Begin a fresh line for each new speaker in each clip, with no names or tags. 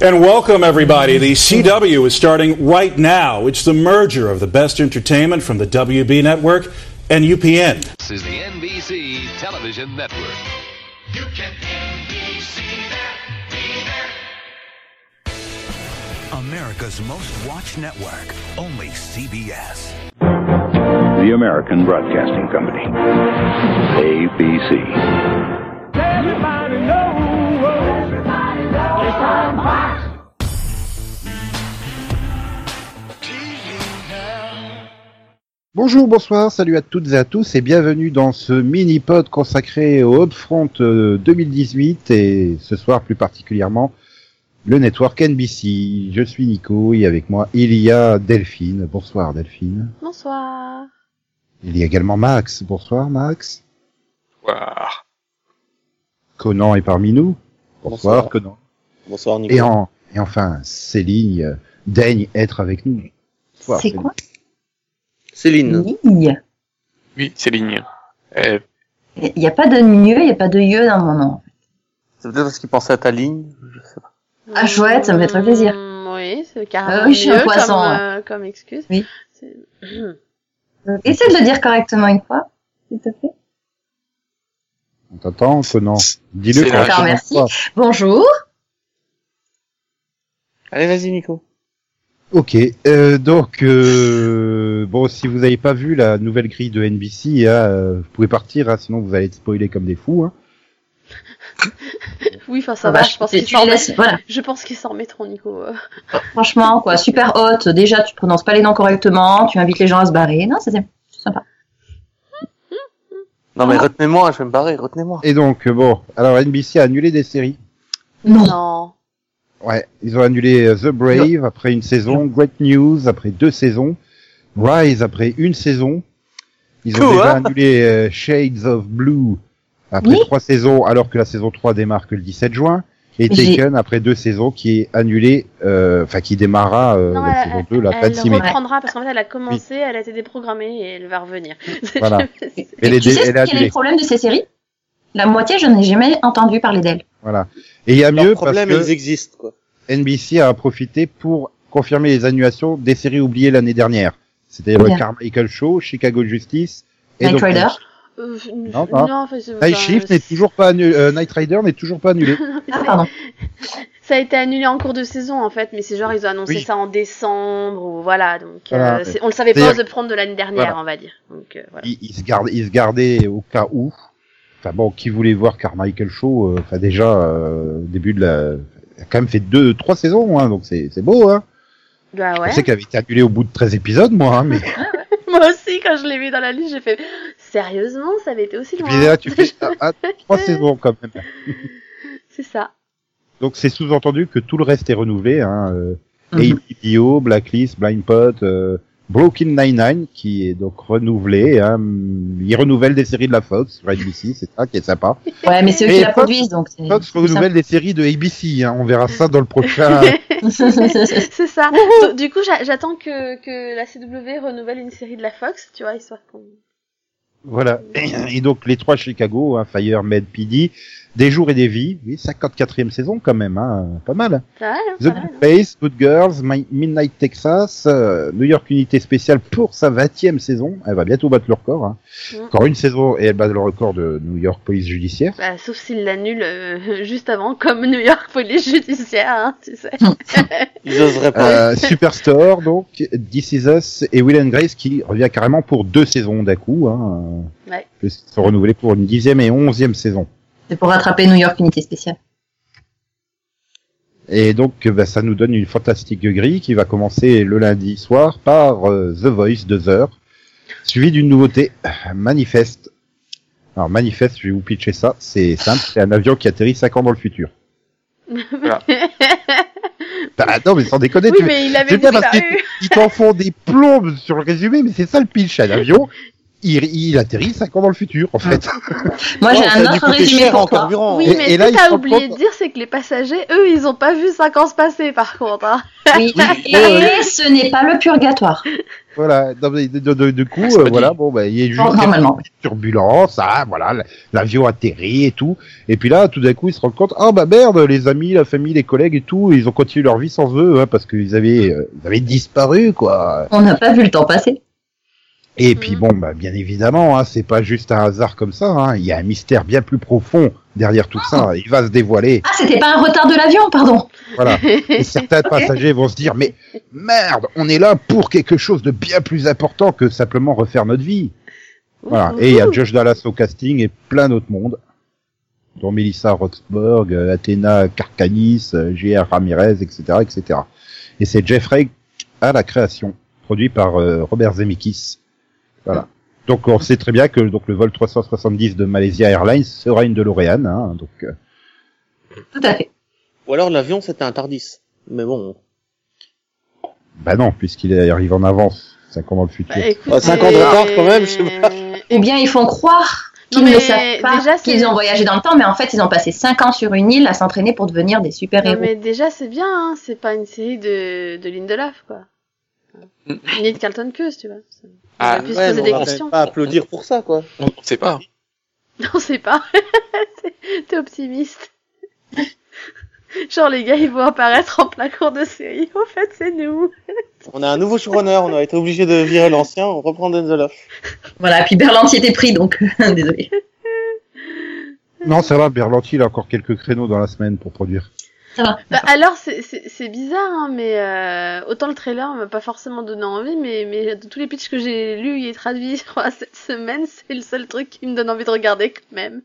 And welcome, everybody. The CW is starting right now. It's the merger of the best entertainment from the WB network and UPN.
This is the NBC Television Network.
You can NBC that, be there.
America's most watched network, only CBS.
The American Broadcasting Company. ABC.
Everybody knows. It's on Fox.
Bonjour, bonsoir, salut à toutes et à tous et bienvenue dans ce mini-pod consacré au Upfront euh, 2018 et ce soir plus particulièrement le network NBC. Je suis Nico et avec moi il y a Delphine. Bonsoir Delphine.
Bonsoir.
Il y a également Max. Bonsoir Max.
Bonsoir.
Conan est parmi nous. Bonsoir,
Bonsoir.
Conan.
Bonsoir Nico.
Et, en, et enfin, Céline euh, daigne être avec nous. Bonsoir,
C'est
Céline.
quoi
Céline.
Nigne
Oui, c'est ligne. Euh,
Il n'y a pas de nieu, il n'y a pas de yeux dans mon nom.
C'est peut-être parce qu'il pensait à ta ligne. Je sais pas.
Ah, chouette, ça me fait très plaisir.
Mm, Oui, c'est carrément
Ah oui, je suis un
mieux
poisson,
comme,
ouais.
euh, comme excuse.
Oui.
C'est-
Essaie de le dire correctement une fois, s'il te plaît.
On t'entend, Conan. Dis-le
C'est
quand
la
on t'entend
merci.
pas.
Bonjour.
Allez, vas-y Nico.
Ok, euh, donc euh, bon, si vous n'avez pas vu la nouvelle grille de NBC, hein, euh, vous pouvez partir, hein, sinon vous allez être spoilé comme des fous. Hein.
Oui, enfin ça va, je pense
tu-
qu'ils
tu
s'en
laisses- Oh. voilà.
Je pense qu'ils s'en remettront, Nico. euh.
Franchement, quoi, super haute. Déjà, tu prononces pas les noms correctement, tu invites les gens à se barrer. Non, c'est c'est sympa.
Non
Ah.
mais retenez-moi, je vais me barrer, retenez-moi.
Et donc euh, bon, alors NBC a annulé des séries.
Non.
Non.
Ouais, ils ont annulé euh, The Brave après une saison, Great News après deux saisons, Rise après une saison. Ils ont
Quoi
déjà annulé euh, Shades of Blue après
Oui.
trois saisons, alors que la saison 3 démarre que le 17 juin. Et
J'ai-
Taken après deux saisons qui est annulée, euh, enfin qui démarrera euh,
Non,
la
elle-
saison 2 la fin de
Elle
6
le
mai.
reprendra parce qu'en fait elle a commencé, elle a été déprogrammée et elle va revenir.
Voilà.
C'est-
Elle est
tu
dé-
sais
elle est
quel est
annulée.
le problème de ces séries La moitié, je n'ai jamais entendu parler d'elles.
Voilà. Et il y a
Leurs
mieux parce
problèmes, ils
que
existent quoi.
NBC a profité pour confirmer les annulations des séries oubliées l'année dernière. C'était le
Bien.
Carmichael Show, Chicago Justice et
Night
donc
Rider.
Euh, je-
Non, pas.
enfin, c'est-
Night
enfin,
Shift
Bah, c'est-
n'est toujours pas annulé, euh, Night Rider n'est toujours pas annulé.
Ah, pardon.
Ça a été annulé en cours de saison en fait, mais c'est genre ils ont annoncé
Oui.
ça en décembre ou voilà donc
Voilà,
euh,
ouais.
c'est- on le savait pas
C'est-à-dire-
aux prendre de l'année dernière
Voilà.
on va dire donc euh, voilà.
il, il se garde, il se gardait au cas où. Enfin bon, qui voulait voir Carmichael Show, euh, enfin déjà euh, début de la, il a quand même fait deux, trois saisons, hein, donc c'est c'est beau. Hein.
Bah ouais.
Je sais qu'elle avait été annulée au bout de 13 épisodes, moi, hein, mais
Moi aussi, quand je l'ai mis dans la liste, j'ai fait sérieusement, ça avait été aussi
je
loin.
me disais, ah, tu fais ah, ah, trois saisons quand même.
C'est ça.
Donc c'est sous-entendu que tout le reste est renouvelé. Hein, euh,
Mhm.
APPO, Blacklist, Blindpot, euh, Broken Nine-Nine, qui est donc renouvelé. Hein, ils renouvellent des séries de la Fox sur NBC, c'est ça qui est sympa.
Ouais, mais c'est eux
Mais
qui la
Fox-
produisent, donc
Mm.
c'est.
Fox renouvelle des séries de ABC, hein, on verra ça dans le prochain...
c'est ça. Donc, du coup, j'a- j'attends que, que la CW renouvelle une série de la Fox, tu vois, histoire qu'on.
voilà. Et donc les trois Chicago, hein, Fire, Med, PD, Des jours et des vies, oui, 54e saison quand même, hein, pas mal.
Ça va, hein,
The
pas mal, hein.
Space, Good Girls, My- Midnight Texas, euh, New York Unité Spéciale pour sa 20e saison. Elle va bientôt battre le record. Hein.
Mm.
Encore une saison et elle bat le record de New York Police Judiciaire.
Bah, sauf s'il l'annule euh, juste avant, comme New York Police Judiciaire, hein, tu sais.
Hmm.
Ils oseraient pas.
Euh, Superstore, donc, This Is Us et Will and Grace qui revient carrément pour deux saisons d'un coup. Hein.
Ouais.
Ils se renouveler pour une dixième et onzième saison.
C'est pour rattraper New York Unité Spéciale.
Et donc, euh, bah, ça nous donne une fantastique grille qui va commencer le lundi soir par euh, The Voice, deux heures, suivi d'une nouveauté, Manifest. Alors, Manifest, je vais vous pitcher ça, c'est simple, c'est un avion qui atterrit cinq ans dans le futur. Bah, non, mais sans déconner,
oui,
tu...
mais il avait
c'est bien parce
disparu.
ils t'en font des plombes sur le résumé, mais c'est ça le pitch, un avion, il, il atterrit cinq ans dans le futur,
Ah.
en fait.
Moi, j'ai
Oh,
un
ça a dû
autre
coûter
résumé
cher en
pour toi.
carburant.
Oui,
Et-
mais
et là,
ce
ils
que
se
t'as
rendent
oublié
compte-
de dire, c'est que les passagers, eux, ils ont pas vu 5 ans se passer, par contre. Hein.
Oui. Et ce n'est pas le purgatoire.
Voilà, non, mais de- de- de- du coup,
Ah, c'est
euh,
pas
voilà,
dit.
bon, bah, il y a juste
Non, normalement.
quelques turbulences, ah, voilà, l- l'avion atterrit et tout. Et puis là, tout d'un coup, ils se rendent compte, ah bah merde, les amis, la famille, les collègues et tout, ils ont continué leur vie sans eux, hein, parce qu'ils avaient, euh, ils avaient disparu, quoi.
On n'a pas vu le temps passer.
Et puis bon, bah, bien évidemment, hein, c'est pas juste un hasard comme ça, hein, il y a un mystère bien plus profond derrière tout ça, il va se dévoiler.
Ah, c'était pas un retard de l'avion, pardon.
Voilà. Et certains passagers vont se dire, mais merde, on est là pour quelque chose de bien plus important que simplement refaire notre vie. Voilà. Et il y a Josh Dallas au casting et plein d'autres mondes. Dont Melissa Rothberg, euh, Athena Karkanis, euh, J.R. Ramirez, etc., etc. Et c'est Jeffrey à la création, produit par euh, Robert Zemeckis. Voilà. Donc on sait très bien que donc le vol 370 de Malaysia Airlines sera une DeLorean. Hein, donc euh,
Tout à fait.
Ou alors l'avion, c'était un Tardis. Mais bon.
bah non, puisqu'il arrive en avance, 5 ans dans le futur.
Bah, cinq ans de retard, quand même, je sais pas.
euh,
Ou Eh bien ils font croire qu'ils
Non,
ne
mais
le savent pas
déjà, c'est-
qu'ils ont voyagé dans le temps, mais en fait, ils ont passé 5 ans sur une île à s'entraîner pour devenir des
Non,
super-héros.
mais déjà, c'est bien, hein, c'est pas une série de, de Lindelof, quoi. Ni de Carlton Cuse, tu vois. Ça-
Ah,
pu se
Ouais,
poser
mais
des
on va
questions.
pas applaudir pour ça, quoi.
on ne sait pas.
Non, c'est pas. T'es- T'es optimiste. Genre, les gars, ils vont apparaître en plein cours de série. Au fait, c'est nous.
On a un nouveau showrunner, on a été obligé de virer l'ancien, on reprend Denzeloff.
Voilà, puis Berlanti était pris, donc désolé.
Non, ça va, Berlanti, il a encore quelques créneaux dans la semaine pour produire.
Bah, alors, c'est- c'est c'est bizarre, hein, mais euh, autant le trailer m'a pas forcément donné envie, mais, mais de tous les pitchs que j'ai lus et traduits je crois, cette semaine, c'est le seul truc qui me donne envie de regarder quand même.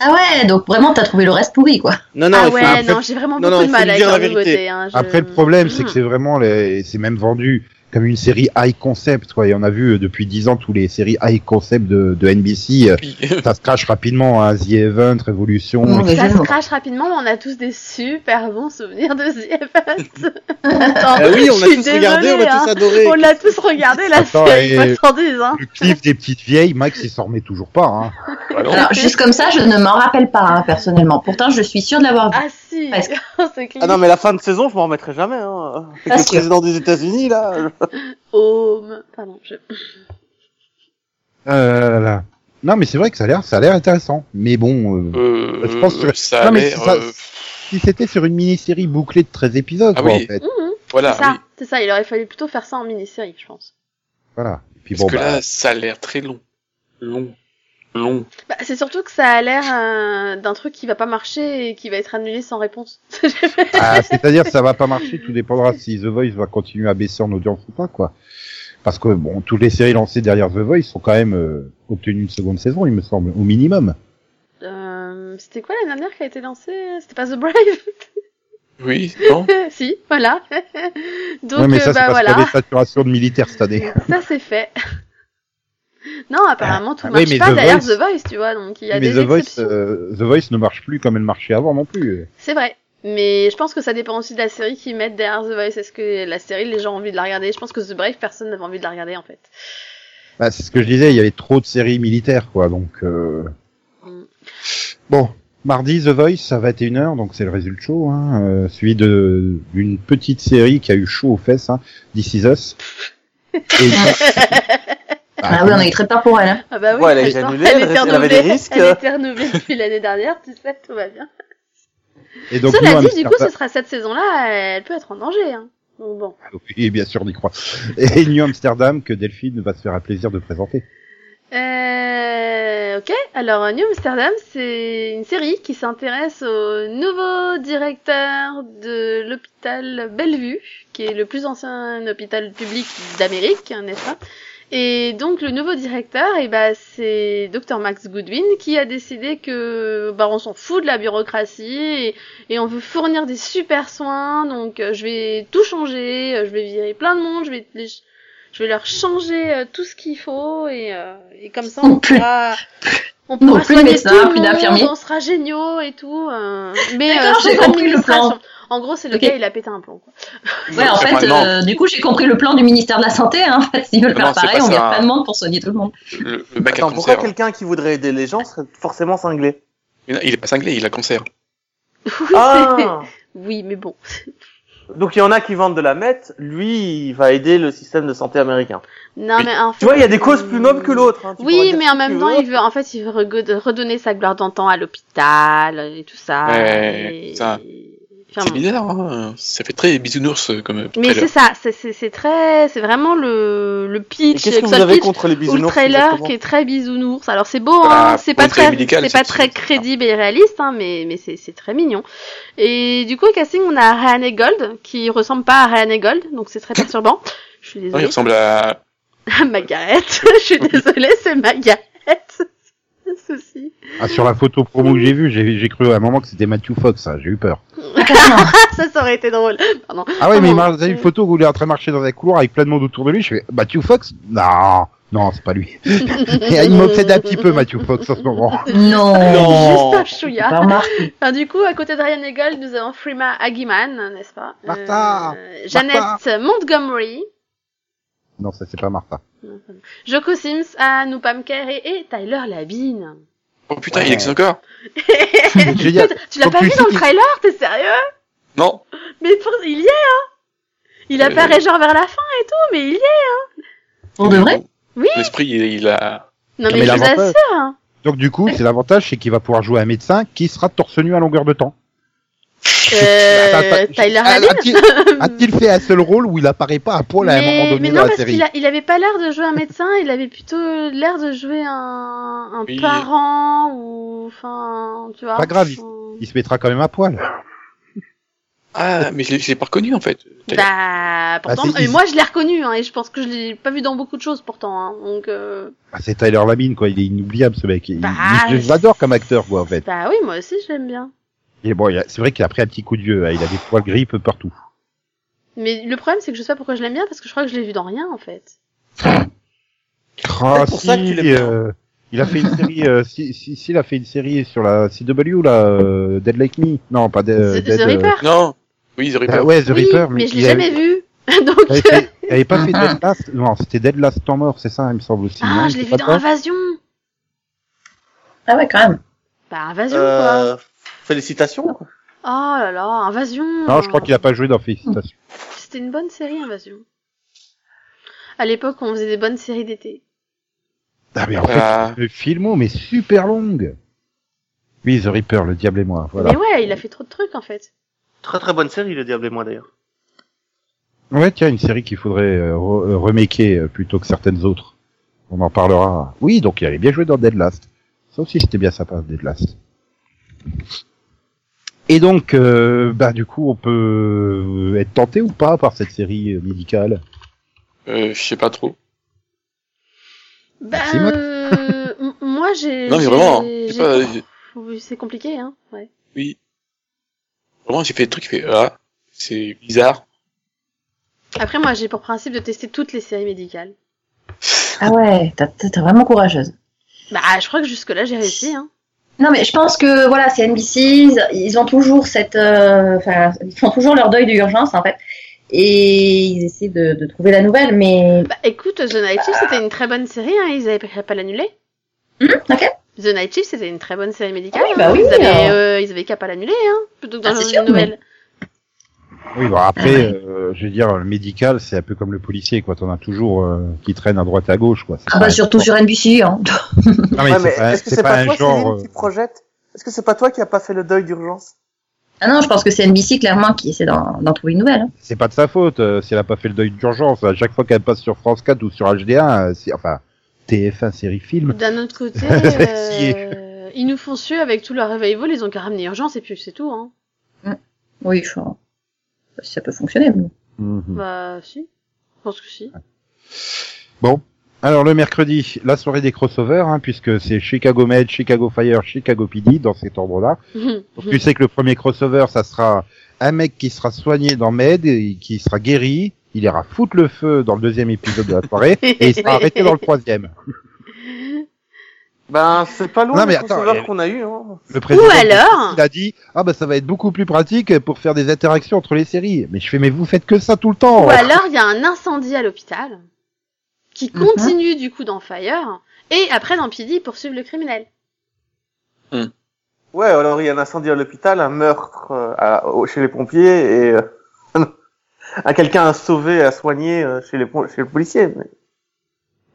Ah ouais, donc vraiment, t'as trouvé le reste pourri, quoi.
Non, non,
ah
il faut-
ouais,
après-
non, j'ai vraiment
non,
beaucoup
non,
de
il faut
mal
lui
avec
dire
la
la vérité.
nouveauté. Hein, je-
Après, le problème, c'est que c'est vraiment les... c'est même vendu comme une série high concept, quoi. Et on a vu euh, depuis 10 ans tous les séries high concept de, de NBC. euh,
Puis,
Ça se crache rapidement, hein. The Event, Révolution.
Mmh.
Ça se
Vraiment.
crache rapidement, mais on a tous des super bons souvenirs de The Event.
Ah Eh oui, on
je
a
suis
tous regardé, on
désolée,
a tous
hein.
adoré.
On l'a tous regardé, la
Attends,
série,
et-
pas sans dire, hein.
Le clip des petites vieilles, Max, il s'en remet toujours pas, hein.
bah non.
Alors, juste comme ça, je ne m'en rappelle pas, hein, personnellement. Pourtant, je suis sûre de l'avoir vu.
Ah si,
Parce que-
c'est clair.
Ah non, mais la fin de saison, je m'en remettrai jamais. Hein. Avec
Ah,
Pas
le
sûr.
président des États-Unis, là.
Home. Pardon, je...
Euh, là, là, là. Non, mais c'est vrai que ça a l'air, ça a l'air intéressant. Mais bon, euh,
Euh,
Je pense que-
ça a
Non, mais
l'air,
ça-
euh,
si c'était sur une mini-série bouclée de 13 épisodes,
Ah
quoi,
oui.
en fait.
Mhm,
voilà.
c'est ça,
oui.
c'est ça, il aurait fallu plutôt faire ça en mini-série, je pense.
Voilà. Et puis
Parce
bon,
que
bah,
là, ça a l'air très long, long, long.
Bah, c'est surtout que ça a l'air euh, d'un truc qui va pas marcher et qui va être annulé sans réponse.
Ah, c'est-à-dire, ça va pas marcher, tout dépendra si The Voice va continuer à baisser en audience ou pas, quoi. Parce que, bon, toutes les séries lancées derrière The Voice sont quand même euh, obtenues une seconde saison, il me semble, au minimum.
Euh, C'était quoi la dernière qui a été lancée C'était pas The Brave
Oui, non
Si, voilà. Donc,
ouais, mais
euh,
ça, c'est
bah
parce
voilà.
qu'il y avait saturation de militaires cette année.
Ça c'est fait. Non, apparemment tout
Ah,
marche
oui, mais
pas
The
derrière
Voice-
The Voice, tu vois, donc il y a
mais
des
The Voice,
exceptions.
euh, The Voice ne marche plus comme elle marchait avant non plus.
C'est vrai. Mais je pense que ça dépend aussi de la série qu'ils mettent derrière The Voice. Est-ce que la série, les gens ont envie de la regarder Je pense que The Brave, personne n'avait envie de la regarder en fait.
Bah, c'est ce que je disais, il y avait trop de séries militaires, quoi, donc... Euh...
Mm.
Bon, mardi, The Voice, à 21h, donc c'est le résultat chaud, hein, euh, suivi de- d'une petite série qui a eu chaud aux fesses, hein, This Is Us. Et-
Ah, oui, on a eu très peur pour elle. hein.
Ah bah oui,
Ouais, elle a
c'est
été
genre,
annulée, elle-
était
elle avait des
renouvelée-
risques.
Elle était renouvelée depuis l'année dernière, tu sais, tout va bien.
Et donc, nous,
Cela dit, du
Amsterdam-
coup, ce sera cette saison-là, elle peut être en danger. Hein. Donc bon.
Oui, bien sûr, on y croit. Et New Amsterdam, que Delphine va se faire un plaisir de présenter.
Euh, ok, alors New Amsterdam, c'est une série qui s'intéresse au nouveau directeur de l'hôpital Bellevue, qui est le plus ancien hôpital public d'Amérique, hein, n'est-ce pas Et donc le nouveau directeur, et ben c'est Dr Max Goodwin qui a décidé que bah on s'en fout de la bureaucratie et, et on veut fournir des super soins, donc euh, je vais tout changer, euh, je vais virer plein de monde, je vais les je vais leur changer euh, tout ce qu'il faut et, euh, et comme ça on
Non, plus-
pourra on
non,
pourra
plus de
soigner
médecins,
tout le
plus
monde,
d'infirmiers.
on sera géniaux et tout euh, mais
D'accord,
sans
j'ai compris le plan.
administration. en gros c'est le
Ok.
gars il a pété un plomb quoi.
Ouais, en
c'est
fait,
pas- non,
euh, du coup, j'ai compris le plan du ministère de la Santé. Hein. En fait, s'ils veulent
Non,
faire
c'est
pareil,
pas
on met
ça.
plein de monde pour soigner tout le monde.
le, le mec
Attends,
a
pourquoi
cancer.
quelqu'un qui voudrait aider les gens serait forcément cinglé
Il n'est pas cinglé, il a cancer.
Oui,
Ah
c'est- oui mais bon
Donc il y en a qui vendent de la meth, lui il va aider le système de santé américain.
Non, mais en fait,
Tu vois, il y a des causes plus nobles que l'autre. hein. Tu pourras
Oui,
dire
mais
ce
en
que tu
même temps,
veux.
il veut, en fait, il veut rego- redonner sa gloire d'antan à l'hôpital et tout ça.
Ouais,
Et-
ça.
Enfin,
C'est
bon.
bizarre, hein. ça fait très bisounours euh, comme.
Mais
trailer.
c'est ça, c'est- c'est c'est très, c'est vraiment le, le
Et
pitch,
Qu'est-ce que
le
vous
seul
avez
pitch,
contre les
ou le
bisounours
trailer
exactement
qui est très bisounours. Alors c'est beau, hein,
Ah,
c'est
pour
pas
une série
très,
médicale,
c'est
c'est
pas très
difficile.
crédible et réaliste, hein, mais mais c'est c'est très mignon. Et du coup, au casting, on a Ryan Gold qui ressemble pas à Ryan Gold, donc c'est très perturbant. Je suis
Non, il
désolée.
ressemble à.
Ah, Margaret, je suis désolée, c'est Margaret. Ceci.
Ah, sur la photo promo que j'ai vue, j'ai j'ai cru à un moment que c'était Matthew Fox, hein, j'ai eu peur.
Ah, ça, ça aurait été drôle. Pardon.
Ah ouais, mais il
bon,
m'a vous avez une photo où il est en train de marcher dans un couloir avec plein de monde autour de lui, je fais Matthew Fox Non, non, c'est pas lui. Et il m'obsède un petit peu Matthew Fox en ce moment.
Non.
Euh, Juste un
T'as
chouïa.
Pas remarqué.
Enfin, du coup, à côté de Ryan Eagle, nous avons Freema Agiman, n'est-ce pas Euh,
Martha
Jeannette Montgomery,
Non, ça c'est pas Martha.
Joko Sims, Anupam Kher et, et Tyler Labine.
Oh putain, il existe encore
Génial.
tu l'as
Faut
pas
que
vu
tu
dans le
cites-
trailer T'es sérieux
Non
Mais pour- il y est, hein Il
Euh,
apparaît genre vers la fin et tout, mais il y est hein.
Pour de vrai
Oui
L'esprit, il, il a.
Non,
Non, mais,
mais
je vous
l'avantage-
assure hein.
Donc du coup, c'est l'avantage, c'est qu'il va pouvoir jouer un médecin qui sera torse nu à longueur de temps. Attends,
euh,
attends.
Tyler
Ah,
Labine
a-t-il- A-t-il fait un seul rôle où il apparaît pas à poil à un moment donné
Hmm. mais
dans
non,
la
parce
série
qu'il a- il avait pas l'air de jouer un médecin, il avait plutôt l'air de jouer un, un
Oui.
parent ou enfin, tu vois.
Pas grave,
un-
Il se mettra quand même à poil.
Ah, mais je l'ai- je l'ai pas reconnu en fait.
Bah, pourtant,
c'est
et
easy.
moi je l'ai reconnu, hein, et je pense que je l'ai pas vu dans beaucoup de choses pourtant, hein, donc. Euh...
Ah, c'est Tyler Lamine, quoi. Il est inoubliable, ce mec. Il-
Bah,
il- je l'adore comme acteur, quoi, en fait.
Bah oui, moi aussi je l'aime bien.
Et bon, il a- c'est vrai qu'il a pris un petit coup de vieux. hein. Il a des poils gris peu partout.
Mais le problème c'est que je sais pas pourquoi je l'aime bien parce que je crois que je l'ai vu dans rien en fait.
Ah,
pour ça que tu l'aimes bien.
euh, il a fait une série. euh, si, si, s'il a fait une série sur la CW, là, euh, Dead Like Me. Non, pas
The,
Dead.
The
Dead, euh,
Reaper.
Non Oui, ils auraient
ah
pas.
ouais, The
oui,
Reaper.
mais je l'ai
il avait-
jamais vu. donc.
Ah,
euh,
il avait, fait- il avait pas fait Dead Last. Non, c'était Dead Last Temps Mort, c'est ça, il me semble aussi.
Ah,
non,
je
c'est
l'ai vu
pas
dans
ça
Invasion.
Ah ouais, quand même.
Bah Invasion quoi.
Euh, Félicitations. quoi.
Oh là là, Invasion.
Non, je crois qu'il a pas joué dans Félicitations.
C'était une bonne série Invasion. À l'époque, on faisait des bonnes séries d'été.
Ah, mais en fait,
Ah,
le film, mais super longue. Oui, The Reaper, le diable et moi, voilà.
Mais ouais, il a fait trop de trucs en fait.
Très très bonne série, Le Diable et moi d'ailleurs.
Ouais, tiens, une série qu'il faudrait euh, re- euh, remaker euh, plutôt que certaines autres. On en parlera. Oui, donc il avait bien joué dans Dead Last. Ça aussi, c'était bien sympa, Dead Last. Et donc, euh, bah du coup, on peut euh, être tenté ou pas par cette série euh, médicale
euh, je sais pas trop.
Bah,
Merci, Maud.
euh, m- moi j'ai.
Non, mais
j'ai-
vraiment,
j'ai-
c'est pas.
Oui, C'est compliqué, hein. Ouais.
Oui. Vraiment, j'ai fait des trucs, j'ai fait. Ah, c'est bizarre.
Après, moi, j'ai pour principe de tester toutes les séries médicales.
Ah ouais, t'as- t'es t'es vraiment courageuse.
Bah, je crois que jusque-là, j'ai réussi, hein.
Non, mais je pense que voilà, c'est NBC, ils- ils ont toujours cette, euh, enfin, ils font toujours leur deuil de l'urgence en fait, et ils essaient de, de trouver la nouvelle, mais
Bah, écoute, The Night Shift, c'était une très bonne série, hein. Ils avaient pas- pas l'annuler.
Hum, ok.
The Night Shift, c'était une très bonne série médicale.
Ah oui, bah
hein.
oui,
Ils avaient,
alors.
euh, ils avaient qu'à pas l'annuler, hein. Plutôt que
Ah,
dans
c'est
une
sûr, mais-
nouvelle.
Oui, bon, après, euh, je veux dire, le médical, c'est un peu comme le policier, quoi. T'en as toujours euh, qui traîne à droite à gauche, quoi. C'est
ah
pas-
bah surtout sur NBC. Hein.
Non, Ah, mais
Ouais, mais
c'est pas,
est-ce que
c'est pas un
toi,
genre. euh,
Céline, qui projette Est-ce que c'est pas toi qui a pas fait le deuil d'urgence
Ah non, je pense que c'est NBC clairement qui essaie d'en d'en trouver une nouvelle. hein.
c'est pas de sa faute euh, si elle a pas fait le deuil d'urgence. À chaque fois qu'elle passe sur France 4 ou sur HD1, euh, c'est- enfin TF1 série film.
D'un autre côté,
Si.
euh, ils nous font suer avec tout leur réveil vol, ils ont qu'à ramener urgence et puis c'est tout, hein.
Oui, je... ça peut fonctionner. mais- Mm.
Bah, si. Je pense que si.
Alors le mercredi, la soirée des crossovers, hein, puisque c'est Chicago Med, Chicago Fire, Chicago PD dans cet ordre-là. Donc, Tu sais que le premier crossover, ça sera un mec qui sera soigné dans Med, et qui sera guéri, il ira foutre le feu dans le deuxième épisode de la soirée et il sera arrêté dans le troisième.
Ben c'est pas loin
Non, mais
du
attends,
crossover
euh,
qu'on a eu. Hein.
Le président
Ou alors
il a dit ah bah ça va être beaucoup plus pratique pour faire des interactions entre les séries. Mais je fais mais vous faites que ça tout le
Oh,
temps.
Ou alors il y a un incendie à l'hôpital qui
Mm-hmm.
continue du coup dans Fire et après dans PD ils poursuivent le criminel.
Ouais, alors il y a un incendie à l'hôpital, un meurtre euh, à- au- chez les pompiers et euh, à quelqu'un à sauver, à soigner euh, chez, les, pol- chez le policier. mais-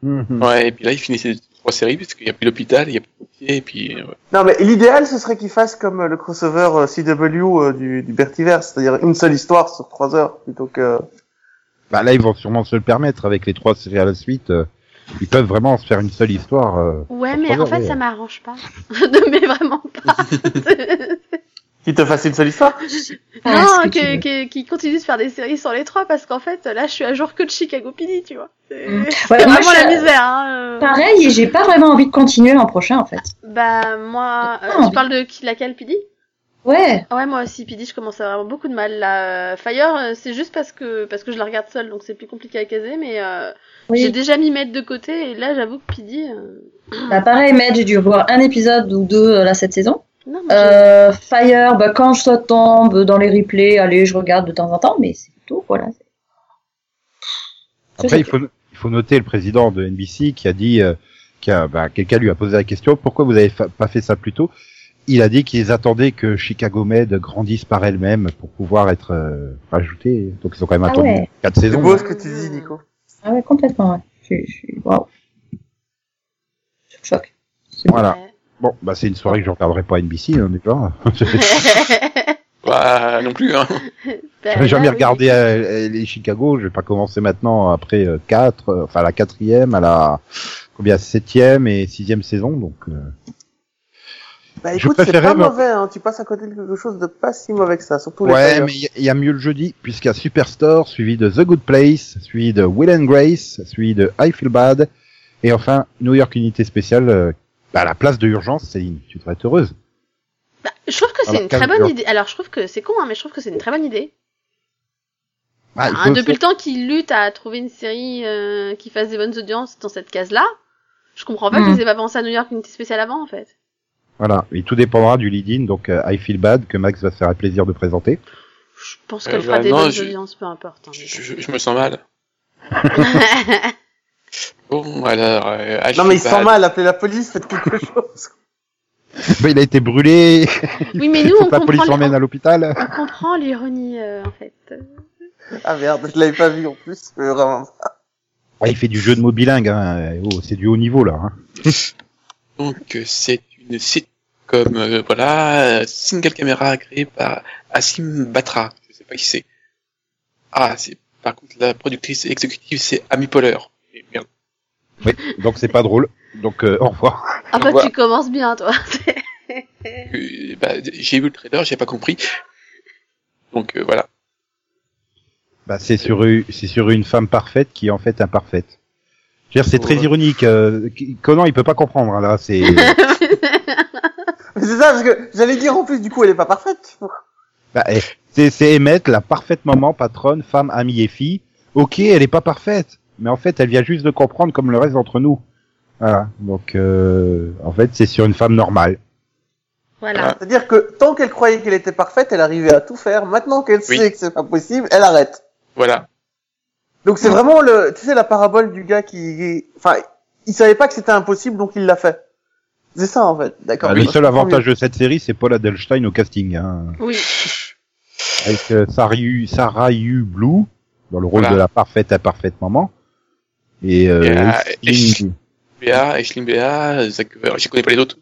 Mhm.
Ouais, et puis là, il finissait trois séries, parce qu'il n'y a plus l'hôpital, il n'y a plus le pompier, et puis... euh, ouais.
Non, mais l'idéal, ce serait qu'il fasse comme euh, le crossover euh, CW euh, du, du Bertiverse, c'est-à-dire une seule histoire sur trois heures, plutôt que...
Bah là, ils vont sûrement se le permettre avec les trois séries à la suite. euh, ils peuvent vraiment se faire une seule histoire. euh.
Ouais, mais
Trois
en
heures,
fait,
ouais.
hein.
ça m'arrange pas. Non, mais vraiment pas.
Qu'il te fasse une seule histoire
Ah, ce
non,
que
que-
tu veux.
que- qu'ils continuent de faire des séries sur les trois, parce qu'en fait, là, je suis à jour que de Chicago PD, tu vois. C'est
Mm.
c'est
Ouais, moi,
vraiment
je-
la misère. Hein. euh.
Pareil, et j'ai pas vraiment envie de continuer l'an prochain, en fait.
Bah, moi, euh, tu parles de qui- laquelle, PD
Ouais.
Ah Ouais, moi aussi, PD, je commence à avoir beaucoup de mal. Là. Euh, Fire, euh, c'est juste parce que parce que je la regarde seule, donc c'est plus compliqué à caser, mais euh, j'ai
Oui.
déjà mis mettre de côté, et là, j'avoue que PD... euh,
Bah, pareil, Med, j'ai dû voir un épisode ou deux, euh, là, cette saison.
Non, mais
Euh, Fire, bah, quand ça tombe dans les replays, allez, je regarde de temps en temps, mais c'est tout, voilà. C'est-
Après, il faut, il faut noter le président de NBC qui a dit, euh, qui a- bah, quelqu'un lui a posé la question, pourquoi vous avez fa- pas fait ça plus tôt Il a dit qu'ils attendaient que Chicago Med grandisse par elle-même pour pouvoir être euh, rajoutée. Donc ils ont quand même
Ah
attendu
ouais.
quatre
C'est
saisons.
beau ce que tu dis, Nico.
Ah ouais, complètement, ouais. Je suis- je suis- Waouh. Choc.
Voilà.
Ouais.
Bon, bah c'est une soirée que je regarderai pas à NBC, on est pas.
Bah, non plus, hein.
Bah,
J'avais jamais
là, oui.
regardé euh, les Chicago. Je vais pas commencer maintenant après euh, quatre, euh, enfin la quatrième, à la combien septième et sixième saison. Donc euh,
Bah
Je
écoute, c'est
préférais
pas
me-
mauvais, hein. tu passes à côté de quelque chose de pas si mauvais que ça, surtout les
ouais,
Fire.
mais il y- y a mieux le jeudi puisqu'il y a Superstore, suivi de The Good Place, suivi de Will and Grace, suivi de I Feel Bad, et enfin New York Unité spéciale. euh, bah, à la place de urgence, Céline, tu devrais être heureuse.
Bah, je trouve que c'est
Alors,
une très
calme,
bonne
alors.
idée. Alors, je trouve que c'est con, hein, mais je trouve que c'est une très bonne idée.
Ah, il
Hein,
faut-
depuis le temps qu'ils luttent à trouver une série euh, qui fasse des bonnes audiences dans cette case-là, je comprends pas
Mhm.
qu'ils aient pas pensé à New York une petite spéciale avant, en fait.
Voilà, et tout dépendra du lead-in. Donc euh, I Feel Bad que Max va se faire un plaisir de présenter.
Je pense
Euh,
qu'elle fera
bah,
des
non,
bonnes
je-
audiences, peu importe. hein, mais-
je, je- je me sens mal. Bon, alors... euh, ah, je
Non mais il
suis
se
pas-
sent mal, appelez la police, faites quelque chose.
Mais il a été brûlé.
oui, mais nous,
Faut
on
que la police
comprend,
l'emmène à l'hôpital.
on comprend l'ironie, euh, en fait.
Ah merde, je l'avais pas vu en plus. mais vraiment.
Ouais, Ah, il fait du jeu de mots bilingue, hein. Eh oh, c'est du haut niveau là. hein.
Donc euh, c'est une sitcom, euh, voilà, euh, single caméra créée par Asim Batra. Je sais pas qui c'est. Ah, c'est par contre la productrice exécutive c'est Amy Poehler. Et merde.
Oui, donc c'est pas drôle. Donc euh, au revoir.
Ah bah,
Voilà.
tu commences bien, toi.
Euh, bah, j'ai vu le trailer, j'ai pas compris. Donc euh, voilà.
Bah, c'est sur eu- c'est sur une femme parfaite qui est en fait imparfaite. Je veux dire, c'est très
Ouais.
ironique. euh, qui- Conan, il peut pas comprendre hein, là. C'est
Mais c'est ça, parce que j'allais dire en plus, du coup, elle est pas parfaite.
bah, eh, c'est c'est Emmett, la parfaite maman, patronne, femme, amie et fille. Ok, elle est pas parfaite, mais en fait, elle vient juste de comprendre comme le reste d'entre nous. Voilà. Donc euh, en fait, c'est sur une femme normale.
voilà.
C'est-à-dire que tant qu'elle croyait qu'elle était parfaite, elle arrivait à tout faire. Maintenant qu'elle
Oui.
sait que c'est pas possible, elle arrête.
Voilà.
Donc c'est vraiment le, tu sais, la parabole du gars qui, enfin, il savait pas que c'était impossible, donc il l'a fait. C'est ça en fait, d'accord.
Bah, le seul avantage de cette série, c'est Paul Adelstein au casting. Hein.
Oui.
avec euh, Sarayu, Sarayu Blue dans le rôle
Voilà.
de la parfaite à parfaite maman et, euh,
Et, euh,
Elsling-
Béa, Ashley Béa, Zach Weber, Euh, je connais pas les autres.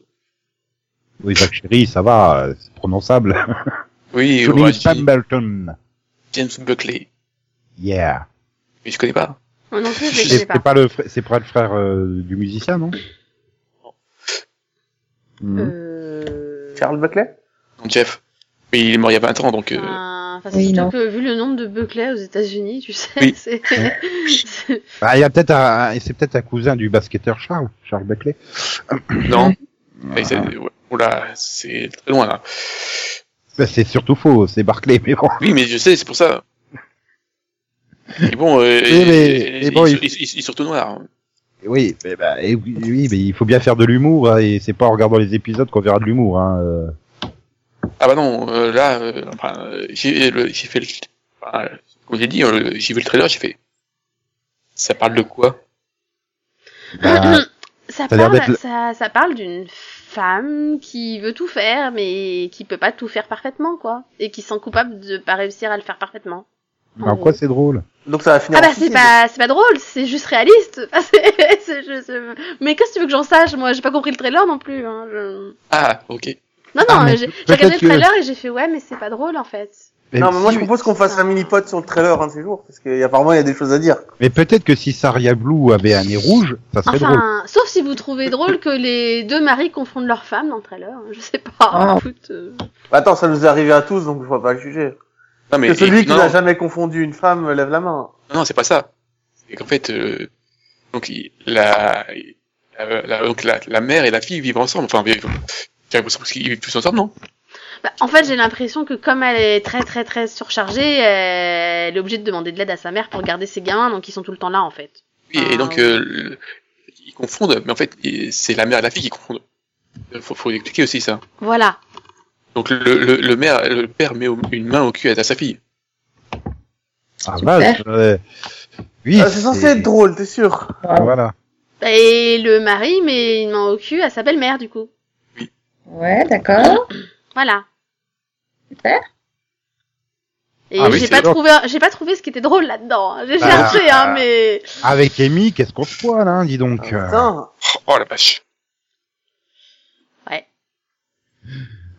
oui Zach Chéri, ça va, euh, c'est prononçable.
Oui,
Johnny
ouais, j'ai-
Pemberton,
James Buckley,
yeah.
mais je connais pas.
Moi non plus, je les
C'est
connais
c'est
pas.
pas le, fr- c'est pas le frère euh, du musicien non Hmm.
Euh...
Charles Buckley.
Non, Jeff. Mais il est mort il y a 20 ans, donc euh,
Enfin, enfin,
Oui,
surtout
non.
que vu le nombre de Buckley aux États-Unis, tu sais,
Oui.
c'est.
Ah, il y a peut-être un, un- c'est peut-être un cousin du basketteur Charles, Charles Beckley.
non. Mais c'est- ouais. Oula, c'est très loin là.
Bah, c'est surtout faux, c'est Barclay, mais bon.
Oui, mais je sais, c'est pour ça. Et bon, euh,
Oui, mais-
et-
mais
et-
bon,
et-
il-
et- et- et surtout noir.
Oui, mais bah, et oui, oui, mais il faut bien faire de l'humour hein, et c'est pas en regardant les épisodes qu'on verra de l'humour. Hein. euh.
Ah bah non, euh, là, euh, enfin, euh, j'ai le- j'ai fait le, enfin, euh, comme j'ai dit, euh, le- j'ai vu le trailer, j'ai fait. Ça parle de quoi
Ah,
Bah,
ça,
a l'air
parle,
d'être le-
ça, ça parle d'une femme qui veut tout faire, mais qui peut pas tout faire parfaitement, quoi. Et qui sent coupable de pas réussir à le faire parfaitement.
Mais en Bah, quoi c'est drôle
Donc ça va finir
Ah
en
bah c'est
suicide.
pas c'est pas drôle, c'est juste réaliste. Ah, c'est- c'est- je- je- Mais qu'est-ce que tu veux que j'en sache Moi, j'ai pas compris le trailer non plus. hein, je-
Ah, ok.
Non
Ah,
non,
mais
j'ai j'ai
peut-être
regardé le
que-
trailer et j'ai fait ouais, mais c'est pas drôle en fait.
Mais,
Non, mais moi je
si-
propose qu'on fasse un mini-pod sur le trailer un de ces jours, parce qu'apparemment il y a des choses à dire.
mais peut-être que si Saria Blue avait un nez rouge, ça serait drôle.
Enfin, sauf si vous trouvez drôle que les deux maris confondent leurs femmes dans le trailer. hein, Je sais pas.
Ah.
Écoute, euh,
Bah, attends, ça nous est arrivé à tous, donc je vais pas le juger.
Non, mais
que celui
et-
qui
non,
n'a
non,
jamais confondu une femme lève la main.
non, c'est pas ça. C'est qu'en fait, euh, donc il- la, la, la- donc la, la mère et la fille vivent ensemble. Enfin, vivent, j'ai l'impression qu'ils vivent tous ensemble, non
bah, en fait, j'ai l'impression que comme elle est très très très surchargée, euh, elle est obligée de demander de l'aide à sa mère pour garder ses gamins, donc ils sont tout le temps là en fait.
Oui,
Ah,
et donc
oui.
euh, le- ils confondent, mais en fait, il- c'est la mère et la fille qui confondent. Il faut, faut expliquer aussi ça.
Voilà.
Donc le, le, le, mère, le père met au- une main au cul à sa fille.
Ah vache. ouais. Oui.
Ah, c'est censé être drôle, t'es sûr
Ah, voilà.
Bah, Et le mari met une main au cul à sa belle-mère du coup.
Ouais, d'accord.
Voilà.
Super.
Et
Ah oui,
j'ai
c'est
pas
drôle.
trouvé, j'ai pas trouvé ce qui était drôle là-dedans. hein. J'ai
Bah,
cherché,
ah.
hein, mais
Avec Amy, qu'est-ce qu'on se poile, hein, dis
Ah,
donc. euh.
Putain
Oh la vache.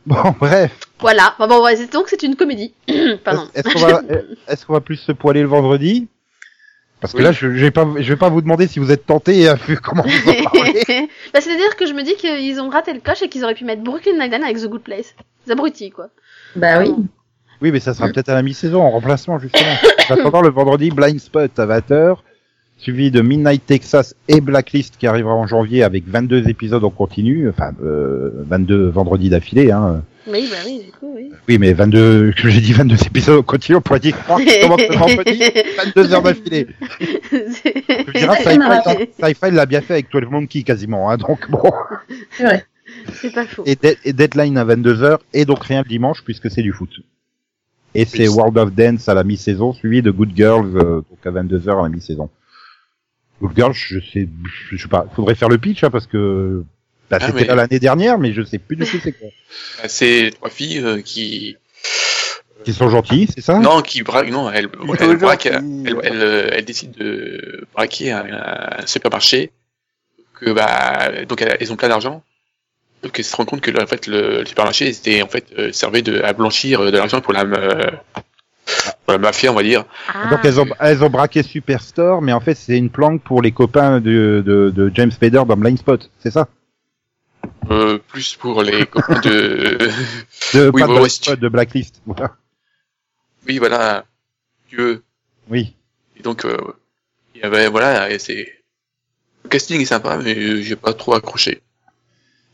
Bon, bref.
voilà. Bah, bon, ouais, c'est- donc c'est une comédie. Pardon.
Est-ce qu'on va, est-ce qu'on va plus se poiler le vendredi Parce que
Oui.
là, je, je vais pas, je vais pas vous demander si vous êtes tenté, hein, vu comment vous en parlez.
bah, c'est-à-dire que je me dis qu'ils ont raté le coche et qu'ils auraient pu mettre Brooklyn Nine-Nine avec The Good Place. Les abrutis, quoi.
Bah oui.
Oui, mais ça sera peut-être à la mi-saison, en remplacement, justement. En attendant, le vendredi, Blind Spot à 20h, suivi de Midnight Texas et Blacklist qui arrivera en janvier avec 22 épisodes en continu, enfin, euh, 22 vendredis d'affilée, hein.
Oui, bah oui, du coup, oui.
Oui, mais 22, que j'ai dit 22 épisodes en continu, on pourrait dire, oh, ça commence le vendredi, 22 heures d'affilée. Tu me diras,
C'est
Sci-Fi
pas
l'a- Sci-Fi l'a bien fait avec 12 Monkey quasiment, hein, donc bon.
C'est vrai.
C'est pas faux.
Et, Dead- et Deadline à 22h, et donc rien le dimanche puisque c'est du foot. Et c'est
Oui.
World of Dance à la mi-saison, suivi de Good Girls, euh, donc à 22h à la mi-saison. Good Girls, je sais, je sais pas, faudrait faire le pitch, hein, parce que bah,
Ah,
c'était
mais-
là l'année dernière, mais je sais plus du tout c'est quoi.
Bah, C'est trois filles euh, qui
Ils sont gentils, c'est ça
non qui braquent non elles
Plutôt
elles braquent
gentil.
elles, elles, euh, elles décident de braquer un, un supermarché que bah donc elles, elles ont plein d'argent donc elles se rendent compte que en fait le, le supermarché était en fait euh, servait de à blanchir euh, de l'argent pour la euh, pour la mafia on va dire
Ah.
Donc elles ont, elles ont braqué Superstore, mais en fait c'est une planque pour les copains de, de, de James Spader dans Blind Spot, c'est ça
euh, plus pour les copains de
De,
Oui,
pas
ouais,
de Blind
ouais, si tu-
Spot, de Blacklist, voilà.
oui voilà Dieu
Oui.
et donc euh, et, euh, bah, voilà et c'est le casting est sympa mais euh, j'ai pas trop accroché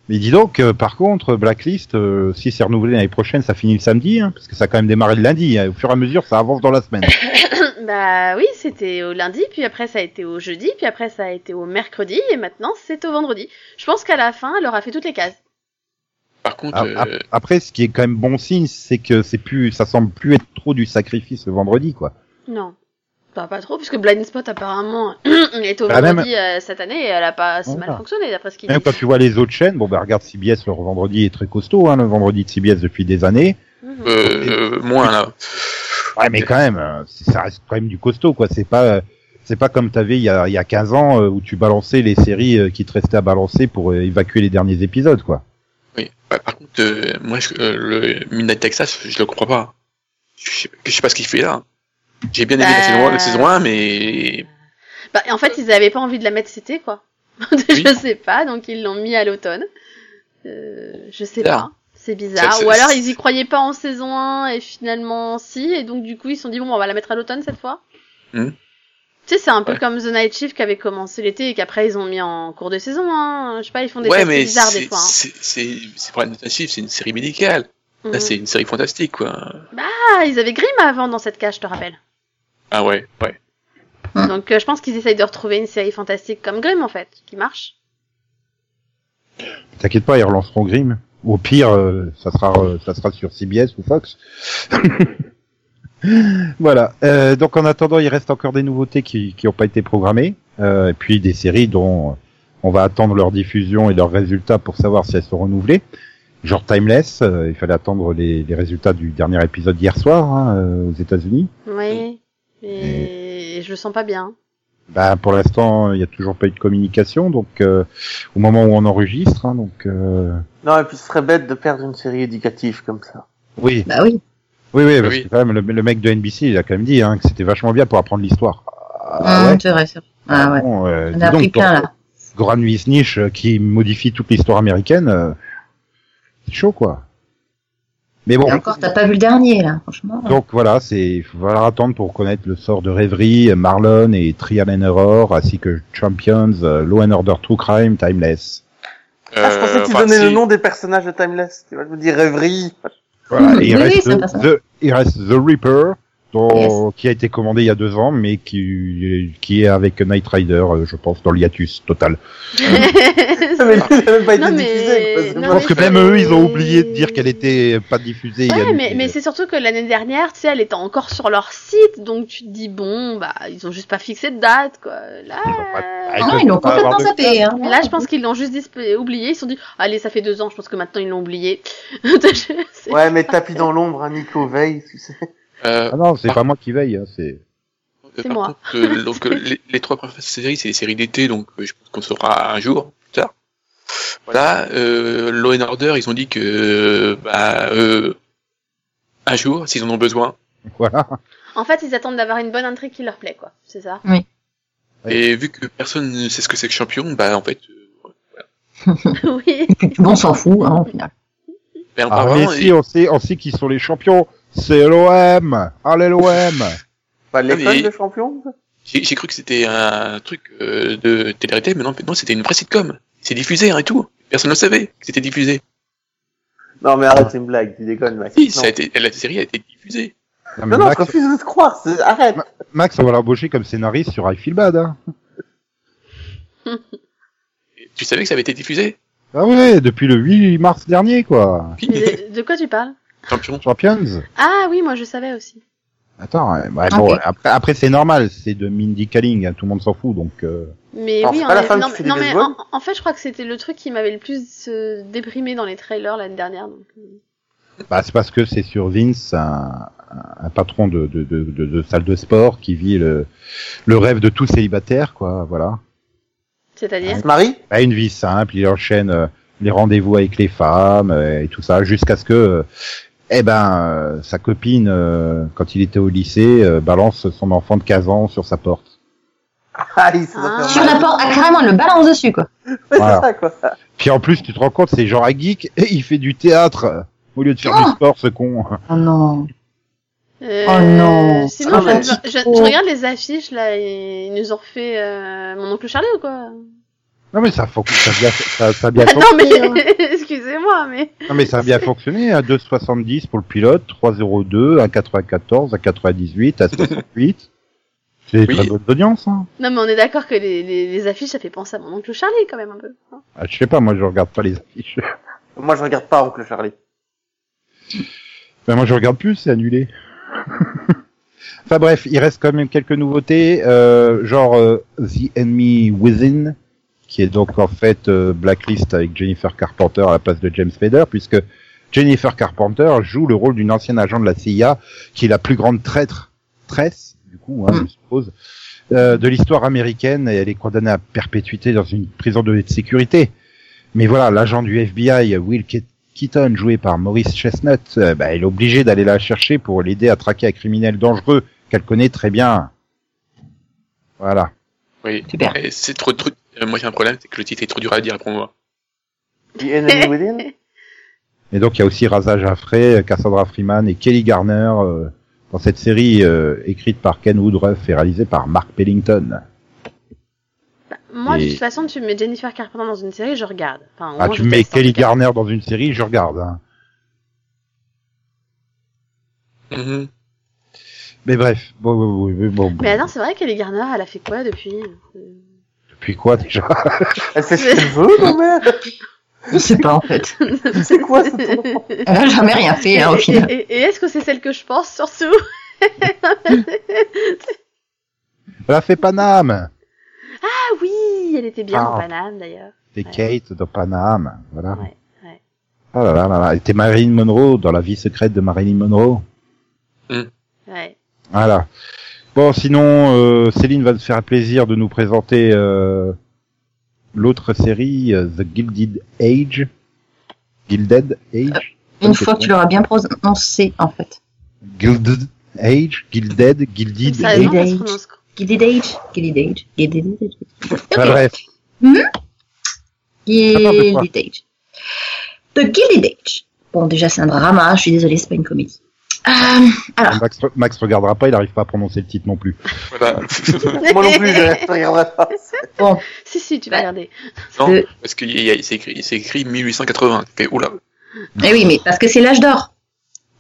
Mais dis donc, euh, par contre, Blacklist, euh, si c'est renouvelé l'année prochaine, ça finit le samedi, hein, parce que ça a quand même démarré le lundi. hein, et au fur et à mesure, ça avance dans la semaine.
bah oui, c'était au lundi, puis après ça a été au jeudi, puis après ça a été au mercredi, et maintenant c'est au vendredi. Je pense qu'à la fin, elle aura fait toutes les cases.
par contre
A-
euh,
a- Après, ce qui est quand même bon signe, c'est que c'est plus, ça semble plus être trop du sacrifice le vendredi, quoi.
Non. Bah, pas trop, puisque Blind Spot apparemment elle était au
Bah,
vendredi euh, cette année et elle a pas si mal
Voilà.
fonctionné d'après ce qu'il dit.
Même quand tu vois les autres chaînes, bon, bah regarde CBS, le vendredi est très costaud, hein, le vendredi de CBS depuis des années.
Mhm.
euh, euh, moins là
Ouais, mais quand même, euh, c'est- ça reste quand même du costaud, quoi. C'est pas, euh, c'est pas comme t'avais il y a, il y a 15 ans euh, où tu balançais les séries euh, qui te restaient à balancer pour euh, évacuer les derniers épisodes, quoi.
Oui. Bah, par contre, euh, moi, je- euh, le Midnight Texas, je le comprends pas. Je sais, je sais pas ce qu'il fait là. J'ai bien aimé
Bah.
la, saison, la saison 1, mais
Bah, en fait, ils avaient pas envie de la mettre c'était quoi. je
Oui.
sais pas, donc ils l'ont mis à l'automne. Euh, je sais
Bizarre.
pas. C'est bizarre.
Ça, c'est-
Ou alors ils y croyaient pas en saison 1 et finalement si, et donc du coup ils se sont dit bon, on va la mettre à l'automne cette fois.
Hmm.
Tu sais, c'est un peu
Ouais.
comme The Night Shift qui avait commencé l'été et qu'après ils ont mis en cours de saison. Hein. Je sais pas, ils font des
ouais,
tests
mais
bizarres des
c'est
fois. hein.
c'est- c'est- c'est pas une offensive, c'est une série médicale. Là,
Mhm.
c'est une série fantastique, quoi.
Ah, ils avaient Grimm avant dans cette cage, je te rappelle.
Ah ouais, ouais.
Donc euh, je pense qu'ils essayent de retrouver une série fantastique comme Grimm en fait, qui marche.
T'inquiète pas, ils relanceront Grimm. Au pire, euh, ça sera euh, ça sera sur CBS ou Fox. voilà. Euh, donc en attendant, il reste encore des nouveautés qui qui n'ont pas été programmées, euh, et puis des séries dont on va attendre leur diffusion et leurs résultats pour savoir si elles sont renouvelées. Genre Timeless,
Hmm.
euh, il fallait attendre les, les résultats du dernier épisode hier soir hein, euh, aux États-Unis.
Oui. Et je le sens pas bien.
Bah, pour l'instant, il n'y a toujours pas eu de communication, donc euh, au moment où on enregistre, hein, donc. euh,
Non, et puis ce serait bête de perdre une série éducative comme ça.
Oui.
Bah oui.
Oui, oui, parce
Oui.
que quand même, le, le mec de NBC, il a quand même dit hein, que c'était vachement bien pour apprendre l'histoire.
Ah, c'est vrai, c'est vrai. Ah ouais.
Bon, euh,
On
dis
a appris
donc,
plein
Gor-
là.
Goran Wisnich euh, qui modifie toute l'histoire américaine, euh, c'est chaud quoi. Mais bon,
Et encore, t'as pas vu le dernier là, franchement.
donc voilà, c'est il va falloir attendre pour connaître le sort de Rêverie, euh, Marlon et Trial and Error, ainsi que Champions, euh, Law and Order, True Crime, Timeless.
Ah, je pensais
Euh,
que tu
enfin,
donnais
si.
le nom des personnages de Timeless. Tu vois, je me dis rêverie.
Voilà,
Mmh,
et il,
oui,
reste
oui, sympa, ça.
the, il reste The Reaper, dont, qui a été commandé il y a deux ans, mais qui, qui est avec Knight Rider, euh, je pense, dans l'hiatus total.
Ah, Mais
Ah.
il a même pas été
Non, mais-
diffusé. quoi.
non,
je pense que
mais
même
c'est-
eux, ils ont oublié de dire qu'elle était pas diffusée. il y a
Ouais,
une-
mais, mais c'est surtout que l'année dernière, tu sais, elle était encore sur leur site, donc tu te dis, bon, bah, ils ont juste pas fixé de date, quoi. Là, euh,
Ils ont pas-
Ah non,
Ils
ils l'ont
peuvent pas
complètement
avoir de-
sapé. Hein.
là je pense qu'ils l'ont juste dis- oublié, ils se sont dit, allez, ça fait deux ans, je pense que maintenant ils l'ont oublié. C'est-
Ouais, mais tapis dans l'ombre, hein, Nico Veil, tu sais.
Euh,
Ah non, c'est pas moi qui veille, hein, c'est.
Euh,
C'est
par
moi.
contre, euh, donc, euh, les, les trois premières séries, c'est les séries d'été, donc euh, je pense qu'on saura un jour plus tard. Voilà, euh, Law and Order, ils ont dit que euh, bah, euh, un jour, s'ils en ont besoin.
Voilà.
En fait, ils attendent d'avoir une bonne intrigue qui leur plaît, quoi. C'est ça.
Ouais.
Et vu que personne ne sait ce que c'est que champion, bah en fait, euh,
oui.
Et puis tout le monde s'en fout, hein, au final.
ben,
Ah,
apparemment,
mais si, on sait, on sait qui sont les champions. C'est Ah, l'OM. Allez, l'OM.
Bah, l'école
mais-
de champion. quoi.
j'ai j'ai cru que c'était un truc euh, de télé-réalité, mais non, non c'était une vraie sitcom. C'est diffusé hein, et tout. Personne ne savait que c'était diffusé.
Non, mais arrête, c'est une blague, tu déconnes, Max.
Si,
non.
ça a été, la série a été diffusée.
non, non, je
Max,
refuse de te croire, c'est- arrête.
Max, on va l'embaucher comme scénariste sur I Feel Bad. Hein.
Et Tu savais que ça avait été diffusé
Ah ouais, depuis le 8 mars dernier, quoi.
Qui
Mais de, de quoi tu parles
Champion.
Champions.
Ah oui, moi je savais aussi.
Attends, ouais, bah, bon,
Ok.
après, après c'est normal, c'est de Mindy Kaling, hein, tout le monde s'en fout, donc. euh,
Mais
Alors,
oui,
c'est
en
pas la
effet-
femme
non,
qui fait
non,
du
mais
baseball
en, en fait, je crois que c'était le truc qui m'avait le plus euh, déprimé dans les trailers l'année dernière. donc.
Bah, c'est parce que c'est sur Vince, un, un patron de, de, de, de, de salle de sport qui vit le, le rêve de tout célibataire, quoi. Voilà.
C'est-à-dire
Marie
Bah, une vie simple, il enchaîne euh, les rendez-vous avec les femmes euh, et tout ça, jusqu'à ce que, euh, eh ben, euh, sa copine, euh, quand il était au lycée, euh, balance son enfant de 15 ans sur sa porte.
Ah, il se
Ah.
va
Sur
faire
la
mal.
porte, ah, carrément, elle le balance dessus, quoi.
Ouais,
Voilà.
c'est ça, quoi.
Puis en plus, tu te rends compte, c'est genre un geek et il fait du théâtre euh, au lieu de faire du
Oh
sport, ce con.
Oh non.
Euh,
Oh non.
Sinon,
Ah,
je,
mais-
je- je- je regarde les affiches là, et ils nous ont refait euh, mon oncle Charlie ou quoi
Non mais ça, faut, ça a bien, ça, ça a bien
Ah
fonctionné.
Non mais excusez-moi, mais
Non mais ça a bien fonctionné, à 2,70 pour le pilote, 3,02, à 94, à 98, à 68. C'est
Oui.
très bonne audience. Hein.
non mais on est d'accord que les, les, les affiches ça fait penser à mon oncle Charlie quand même un peu. hein.
Ah, je sais pas, moi je regarde pas les affiches.
Moi, je regarde pas Oncle Charlie.
Ben, moi je regarde plus, c'est annulé. enfin bref, il reste quand même quelques nouveautés, euh, genre euh, The Enemy Within, qui est donc en fait euh, Blacklist avec Jennifer Carpenter à la place de James Spader, puisque Jennifer Carpenter joue le rôle d'une ancienne agent de la CIA, qui est la plus grande traître, tresse, du coup, hein, je suppose, euh, de l'histoire américaine, et elle est condamnée à perpétuité dans une prison de sécurité. Mais voilà, l'agent du FBI, Will Kit- Keaton, joué par Maurice Chestnut, euh, bah, elle est obligée d'aller la chercher pour l'aider à traquer un criminel dangereux qu'elle connaît très bien. Voilà.
Oui.
Super.
Et C'est trop, trop... euh, moi j'ai un problème, c'est que le titre est trop dur à dire pour moi.
The Enemy Within
Et donc il y a aussi Raza Jaffray, Cassandra Freeman et Kelly Garner euh, dans cette série euh, écrite par Ken Woodruff et réalisée par Mark Pellington.
Moi
Et-
de toute façon tu mets Jennifer Carpenter dans une série, je regarde. Enfin, au
Ah,
moins,
tu
je
mets
teste, en
Kelly
tout cas.
Garner dans une série, je regarde. hein.
Mhm.
Mais bref, bon, bon, bon, bon, bon.
Mais attends, c'est vrai qu'Ellie Garner, elle a fait quoi depuis
Depuis quoi déjà
Elle fait ce qu'elle veut, non, merde
Je sais pas, en fait.
C'est quoi, ce ton
Elle a jamais rien fait, hein, au
Et,
final.
et- et- et est-ce que c'est celle que je pense surtout Ah
Elle a fait Paname
Ah oui, elle était bien
Ah.
en Paname d'ailleurs.
C'est
Ouais.
Kate de Paname, voilà.
Ouais, ouais.
Ah là là là là, elle était Marilyn Monroe dans La vie secrète de Marilyn Monroe.
Ouais.
Voilà. Bon, sinon, euh, Céline va se faire plaisir de nous présenter euh, l'autre série, euh, The Gilded Age. Gilded Age
Euh, Une fois que tu l'auras bien prononcé, en fait.
Gilded Age Gilded Gilded
Ça, non,
Age
ça se prononce quoi
Gilded Age. Gilded Age. Gilded Age.
Enfin, bref,
Gilded Age. The Gilded Age. Bon, déjà, c'est un drama. hein, Je suis désolée, c'est pas une comédie. Euh, alors,
Max, Max regardera pas, il arrive pas à prononcer le titre non plus.
Voilà.
Moi non plus, je regarderai pas.
si, si, tu vas regarder.
non,
Le-
parce qu'il y a- c'est écrit, c'est écrit 1880. Ok, Oula.
eh oui, mais parce que c'est l'âge d'or.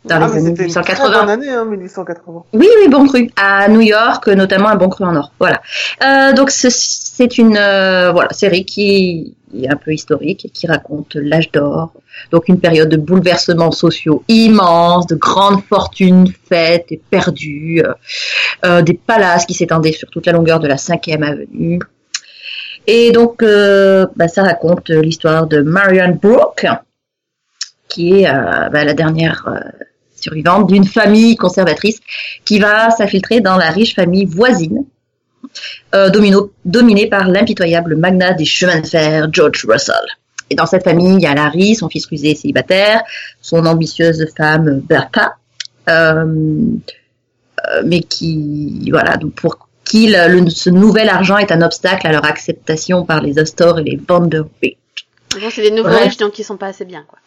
Dans
Ah,
les
mais
années
c'était une très
1880.
bonne année, hein, 1880.
Oui, oui, bon cru. À New York, notamment un bon cru en or. Voilà. Euh, donc ce- c'est une euh, voilà série qui est un peu historique, qui raconte l'âge d'or, donc une période de bouleversements sociaux immenses, de grandes fortunes faites et perdues, euh, euh, des palaces qui s'étendaient sur toute la longueur de la 5e avenue. Et donc euh, bah, ça raconte euh, l'histoire de Marion Brooke, qui est euh, bah, la dernière euh, survivante d'une famille conservatrice qui va s'infiltrer dans la riche famille voisine, euh, domino- dominée par l'impitoyable magnat des chemins de fer, George Russell. Et dans cette famille, il y a Larry, son fils rusé et célibataire, son ambitieuse femme Bertha, euh, euh, mais qui, voilà, donc pour qui le- le- ce nouvel argent est un obstacle à leur acceptation par les Astor et les Vanderbilt.
Bon, c'est des nouveaux
Ouais.
riches, donc ils sont pas assez bien, quoi.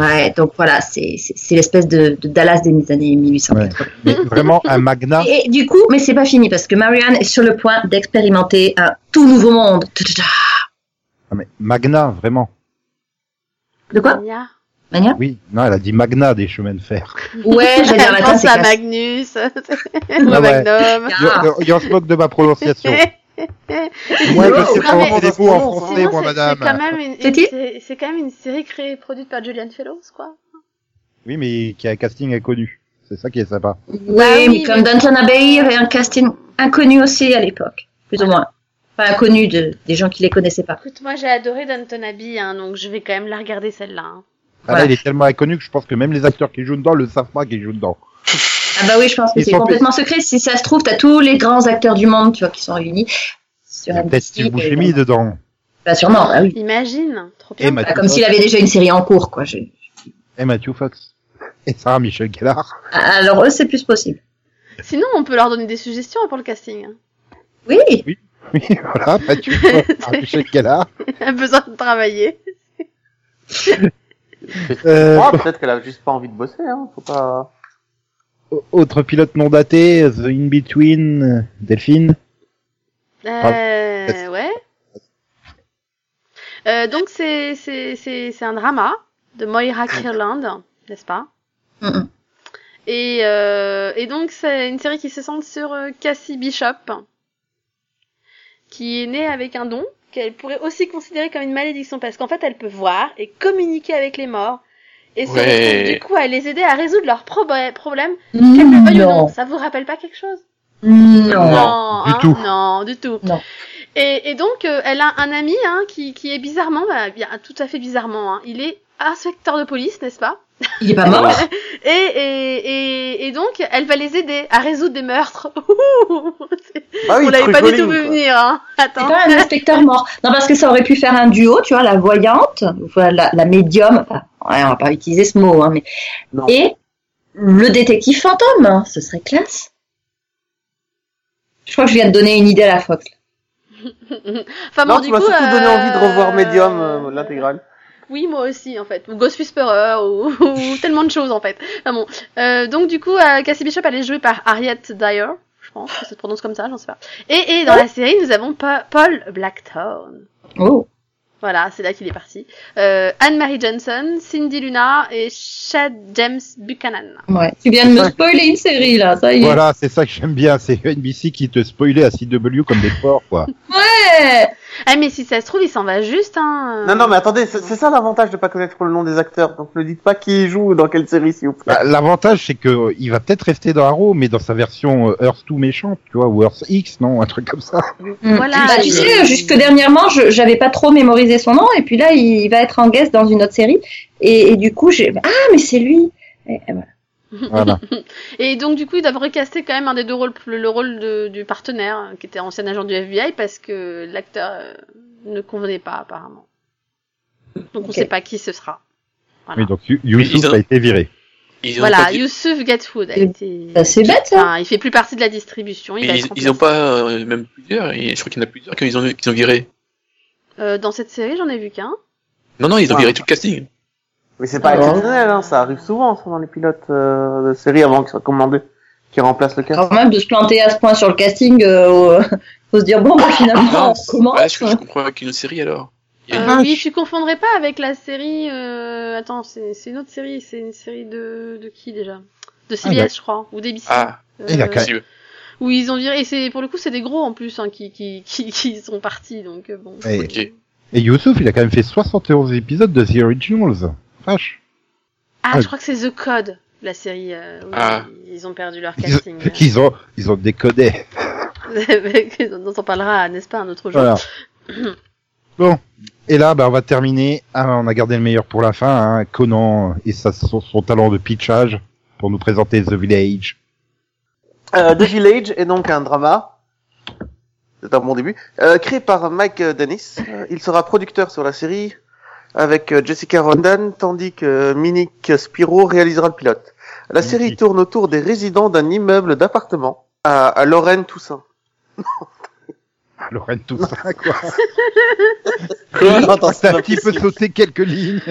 Ouais, donc voilà, c'est c'est- c'est l'espèce de, de Dallas des années 1880.
Mais vraiment un magna.
Et du coup, mais c'est pas fini parce que Marianne est sur le point d'expérimenter un tout nouveau monde. Ta-ta-ta.
Ah, mais magna, vraiment.
De quoi
Mania.
Mania
Oui, non, elle a dit magna des chemins de fer.
Ouais, j'allais dire
Elle
attends,
pense
c'est
à
classe.
Magnus, au
Ah ouais.
Magnum.
Il y smoke de ma prononciation. Moi, je
Non,
sais
non, mais-
prononcer des mots en
Sinon,
français,
Sinon,
moi,
c'est- C'est quand
madame.
même une-
C'est qui
une- c'est- c'est quand même une série créée et produite par Julian Fellows, quoi.
Oui, mais qui a un casting inconnu. C'est ça qui est sympa.
Ouais,
Bah oui,
mais comme
mais-
Downton Abbey, il y avait un casting inconnu aussi à l'époque, plus ou moins. Enfin, inconnu de, des gens qui les connaissaient pas.
Écoute, moi j'ai adoré Downton Abbey, hein, donc je vais quand même la regarder celle-là. hein.
Ah là,
Voilà.
il est tellement inconnu que je pense que même les acteurs qui jouent dedans le savent pas qu'ils jouent dedans.
Ah bah oui, je pense que
Ils
c'est
sont
complètement secret. Si ça se trouve, t'as tous les grands acteurs du monde, tu vois, qui sont réunis sur
Il y a
un
peut-être
petit-
Steve Buscemi dedans.
Bah sûrement, bah oui.
Imagine, trop
Et
bien.
Bah,
Matthew,
comme s'il
Fox,
avait déjà une série en cours, quoi. je-
et Matthew Fox. Et Sarah Michel Gellar.
Ah, Alors eux, c'est plus possible.
Sinon, on peut leur donner des suggestions pour le casting. hein.
Oui.
Oui, voilà, Matthew Fox, Sarah Michel Gellar.
Elle a besoin de travailler.
Euh,
Ah, peut-être qu'elle a juste pas envie de bosser, hein. Faut pas.
bon, autre pilote non daté, The In-Between, euh, Delphine.
Euh, ouais. Euh, donc c'est c'est c'est c'est un drama de Moira Kirland, n'est-ce pas
Mhm.
Et euh, et donc c'est une série qui se centre sur euh, Cassie Bishop, qui est née avec un don qu'elle pourrait aussi considérer comme une malédiction parce qu'en fait elle peut voir et communiquer avec les morts et se
Ouais.
retrouve du coup à les aider à résoudre leurs prob- problèmes. qu'elles n'aient pas eu de don.
Mm. Non.
Ça vous rappelle pas quelque chose
Non.
non,
du
hein,
tout.
Non, du tout.
Non.
Et, et donc, euh, elle a un ami hein, qui, qui est bizarrement, bah, bien, tout à fait bizarrement, hein, il est inspecteur de police, n'est-ce pas
Il est pas mort
et, et, et, et donc, elle va les aider à résoudre des meurtres. C'est-
Bah oui,
On l'avait pas du
truc
tout
Hollywood,
vu
quoi.
venir. Hein.
C'est
Attends.
pas un inspecteur mort. Non, parce que ça aurait pu faire un duo, tu vois, la voyante, voilà, la, la médium, enfin, ouais, on va pas utiliser ce mot, hein, mais.
Non.
Et le détective fantôme, hein, ce serait classe. Je crois que je viens de donner une idée à la Fox.
Enfin, Ah, bon,
Non,
du
tu m'as
coup,
surtout donné
euh,
envie de revoir Medium, euh, l'intégrale.
Oui, moi aussi, en fait. Ou Ghost Whisperer, ou, ou tellement de choses, en fait. Enfin bon. Euh, donc, du coup, euh, Cassie Bishop, elle est jouée par Harriet Dyer. Je pense que ça se prononce comme ça, j'en sais pas. Et, et dans la série, nous avons Pa- Paul Blackthorne.
Oh.
Voilà, c'est là qu'il est parti. Euh, Anne-Marie Johnson, Cindy Luna et Chad James Buchanan.
Ouais. Tu viens de me spoiler une série, là, ça y est.
Voilà, c'est ça que j'aime bien. C'est NBC qui te spoilait à CW comme des porcs, quoi.
Ouais.
Ah, mais si ça se trouve, il s'en va juste, hein.
Non, non, mais attendez, c'est c'est ça l'avantage de pas connaître le nom des acteurs. Donc ne dites pas qui joue ou dans quelle série, s'il vous plaît.
Bah, L'avantage, c'est que euh, il va peut-être rester dans Arrow, mais dans sa version euh, Earth 2 méchante, tu vois, ou Earth X, non, un truc comme ça.
Mm.
Voilà.
Bah, tu
Euh,
sais, jusque dernièrement, je- j'avais pas trop mémorisé son nom, et puis là, il va être en guest dans une autre série, et, et du coup, j'ai. Ah, mais c'est lui. Et- et voilà.
Voilà.
Et donc, du coup, ils doivent recaster quand même un des deux rôles, le, le rôle de- du partenaire, hein, qui était ancien agent du FBI, parce que l'acteur euh, ne convenait pas, apparemment. Donc, on
Ok.
sait pas qui ce sera. Voilà.
Oui, donc You- Youssouf
ils ont-
a été viré.
Ils ont
Voilà,
pas dit-
Youssouf Gatwood a
Et-
été.
Bah, c'est bête, ça.
Enfin, il fait plus partie de la distribution. Il
mais
va
ils,
être
ils ont
remplacé.
pas euh, même plusieurs. Et je crois qu'il y en a plusieurs qu'ils ont, qu'ils ont viré.
Euh, dans cette série, j'en ai vu qu'un.
Non, non, ils ont
Ah.
viré tout le casting.
Mais c'est pas
Ah bon
exceptionnel, hein, ça arrive souvent ça, dans les pilotes euh, de séries avant qu'ils soient commandés, qui remplacent le cast.
Quand même, de se planter à ce point sur le casting, euh, faut se dire, bon, bah, finalement,
Non,
on commence.
Ah, je, je comprends avec une autre série alors. Il y a
Euh,
une-
Ah,
oui, tu confondrais pas avec la série. Euh... Attends, c'est c'est une autre série. C'est une série de de qui déjà De CBS,
bah.
je crois, ou d'ABC.
Ah,
Euh,
Il a qu'à-
si, euh,
Où ils ont viré. Et c'est pour le coup, c'est des gros en plus hein, qui, qui qui qui sont partis. Donc euh, bon.
Et,
ok.
et Youssouf, il a quand même fait 71 épisodes de The Originals. Vache.
Ah,
Ah.
je crois que c'est The Code, la série. euh, où
Ah.
Ils ont perdu leur
Ils,
casting. euh.
ils ont, ils ont décodé.
dont on parlera, n'est-ce pas, un autre jour.
Voilà. bon. Et là, bah, on va terminer. Ah, on a gardé le meilleur pour la fin. Hein. Conan et sa, son, son talent de pitchage pour nous présenter The Village.
Euh, The Village est donc un drama. C'est un bon début. Euh, créé par Mike euh, Dennis. Euh, il sera producteur sur la série avec euh, Jessica Rondan, tandis que euh, Minik Spiro réalisera le pilote. La
Minik.
série tourne autour des résidents d'un immeuble d'appartements à, à Lorraine Toussaint.
Lorraine Toussaint, quoi.
Quoi Non, attends, c'est
T'as
pas
un petit peu
possible.
sauté quelques lignes.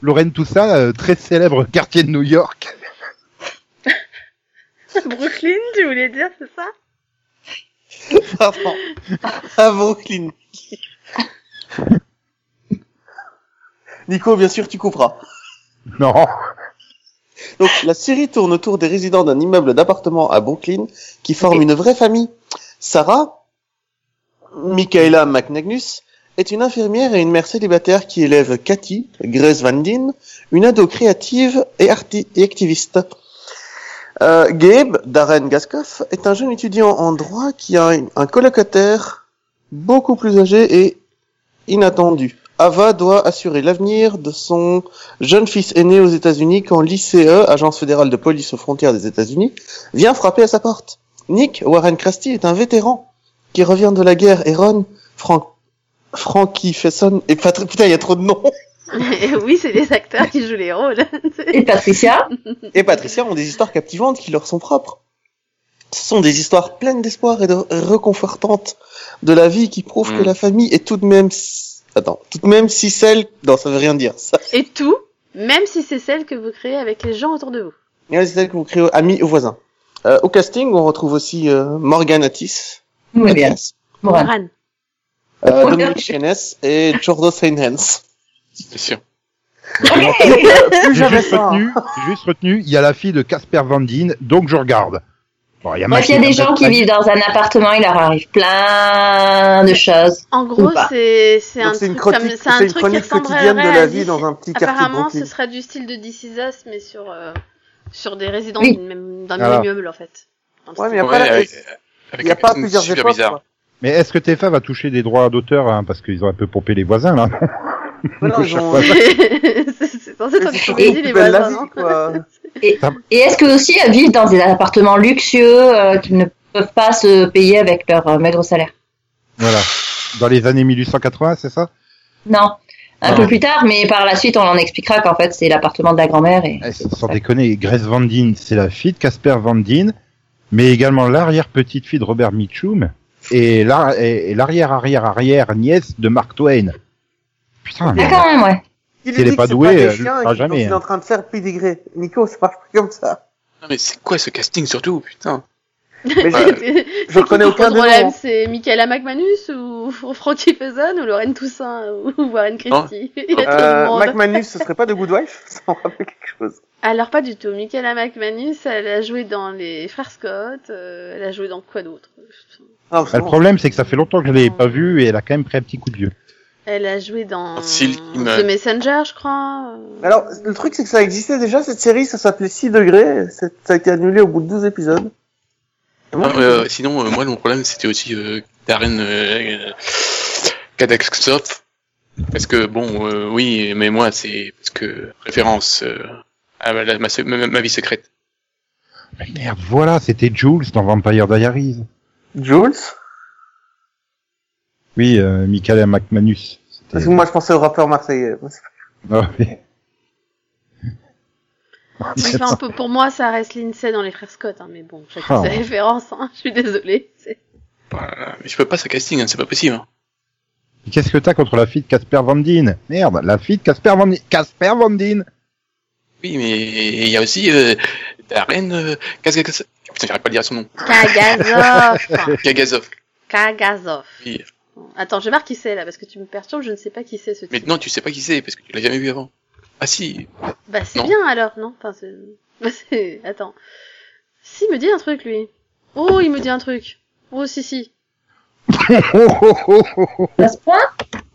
Lorraine Toussaint, euh, très célèbre quartier de New York.
Brooklyn, tu voulais dire, c'est ça
Pardon. À Brooklyn. Nico, bien sûr, tu comprends.
Non.
Donc, la série tourne autour des résidents d'un immeuble d'appartements à Brooklyn qui forme une vraie famille. Sarah, Michaela McNagnus, est une infirmière et une mère célibataire qui élève Cathy, Grace Van Dien, une ado créative et, arti- et activiste. Euh, Gabe, Darren Gaskoff, est un jeune étudiant en droit qui a une- un colocataire beaucoup plus âgé et inattendu. Ava doit assurer l'avenir de son jeune fils aîné aux États-Unis quand l'ICE, agence fédérale de police aux frontières des États-Unis, vient frapper à sa porte. Nick Warren Krusty est un vétéran qui revient de la guerre et Ron, Frank, Frankie Fesson et Patrick. Putain, il y a trop de noms.
Oui, c'est les acteurs qui jouent les rôles.
Et Patricia,
Et Patricia ont des histoires captivantes qui leur sont propres. Ce sont des histoires pleines d'espoir et de et reconfortantes de la vie qui prouvent
Mm.
que la famille est tout de même. si- Attends, tout de même si celle. Non, ça veut rien dire. Ça.
Et tout, même si c'est celle que vous créez avec les gens autour de vous.
Mais ouais, c'est celle que vous créez aux- amis ou voisins. Euh, au casting, on retrouve aussi euh, Morgan Attis,
oui, bien.
Atlas,
Moran.
Moran.
euh, Dominique Chenes et Jordan Saint-Hans.
C'est sûr.
Plus
J'ai
jamais
juste,
ça. hein.
retenu, j'ai juste retenu, il y a la fille de Casper Van Dien, donc je regarde. Bon, y a
Bref, il y a
Mathilde
des gens qui
Mathilde.
vivent dans un appartement, il leur arrive plein de choses.
En gros,
Ou pas.
c'est c'est un
Donc, C'est
truc
une
comme
chronique,
c'est un
c'est
truc
une
qui
chronique
ressemblerait
quotidienne de
à
la
This-
vie dans un petit quartier de
Apparemment, ce
Brooklyn.
sera du style de This Is Us, mais sur euh, sur des résidents
Oui.
d'une même- d'un
Voilà.
même immeuble en fait. Un
Ouais,
style.
mais y a pas,
Ouais,
la-
avec-
il
avec
n'y a
un
pas
casting
plusieurs
super
époques.
bizarre.
quoi.
Mais est-ce que TFA va toucher des droits d'auteur, hein, parce qu'ils ont un peu pompé les voisins, là?
Ouais, non, ils
Chaque
ont-
fois.
C'est c'est censé être
c'est
une
surtout
comédie,
qu'ils
les
veulent la
voisins,
vie,
non
quoi.
Et est-ce que aussi elles vivent dans des appartements luxueux euh, qu'ils ne peuvent pas se payer avec leur euh, maigre salaire
Voilà. Dans les années 1880, c'est ça?
Non, un
Non.
peu plus tard, mais par la suite on en expliquera qu'en fait c'est l'appartement de la grand-mère et
Eh, sans déconner, Grace Van Dien, c'est la fille de Casper Van Dien, mais également l'arrière-petite-fille de Robert Mitchum et l'ar- et- et l'arrière-arrière-arrière-nièce de Mark Twain. Putain, mais
ah quand même ouais.
Il
Si elle est
dit
pas
que c'est
douée,
des
elle le
chiens
fera
et qu'il-
jamais,
donc Il est
hein.
en train de faire pédigré. Nico, ça marche pas comme ça.
Non, mais c'est quoi ce casting surtout, putain
Mais je- je
C'est
connais
qui
aucun
le
des
problème,
noms.
C'est Michaela McManus ou Frankie Faison ou Lorraine Toussaint ou Warren Christie. Il y a trop de
Oh. Euh,
monde.
Mac Manus, ce serait pas de Good Wife Ça me rappelle quelque chose.
Alors pas du tout. Michaela McManus, elle a joué dans les Frères Scott, euh, elle a joué dans quoi d'autre
Non,
Bah, euh, le problème, c'est que ça fait longtemps que je l'ai pas vue et elle a quand même pris un petit coup de vieux.
Elle a joué dans
Silk,
The Messenger, je crois. euh,
Alors, le truc, c'est que ça existait déjà, cette série, ça s'appelait 6 degrés, c'est- ça a été annulé au bout de 12 épisodes. Et moi,
Non,
je-
euh, Sinon, euh, moi, mon problème, c'était aussi euh, Darren euh, Kadaksop. Parce que bon, euh, oui, mais moi c'est parce que référence euh, à la- ma, se- ma- ma vie secrète.
Merde, voilà, c'était Jules dans Vampire Diaries.
Jules
Oui, euh, Michael McManus. C'était-
Parce que moi, je pensais au rappeur marseillais.
Ah oui.
Enfin, un peu, pour moi, ça reste l'INSEE dans les frères Scott, hein, mais bon, chacun
Ah,
ses
ouais.
références, hein, je suis désolée. c'est-
Voilà. Mais je peux pas ce casting, hein, c'est pas possible. hein.
Mais Qu'est-ce que t'as contre la fille de Casper Van Dien Merde, la fille de Casper Van Dien. Casper Van Dien
Oui, mais il y a aussi euh, Darren euh, Kaz- Kaz- Putain, j'arrive pas à dire son nom.
Kagazov
Gagazov.
Kagazov
Oui.
Attends, je marque qui c'est là, parce que tu me perturbes, je ne sais pas qui c'est ce type.
Mais non, tu sais pas qui c'est parce que tu l'as jamais vu avant. Ah si,
Bah c'est
Non.
bien alors, non Enfin, c'est... bah, c'est- Attends. Si, il me dit un truc, lui. Oh, il me dit un truc. Oh, si, si.
Oh,
À ce point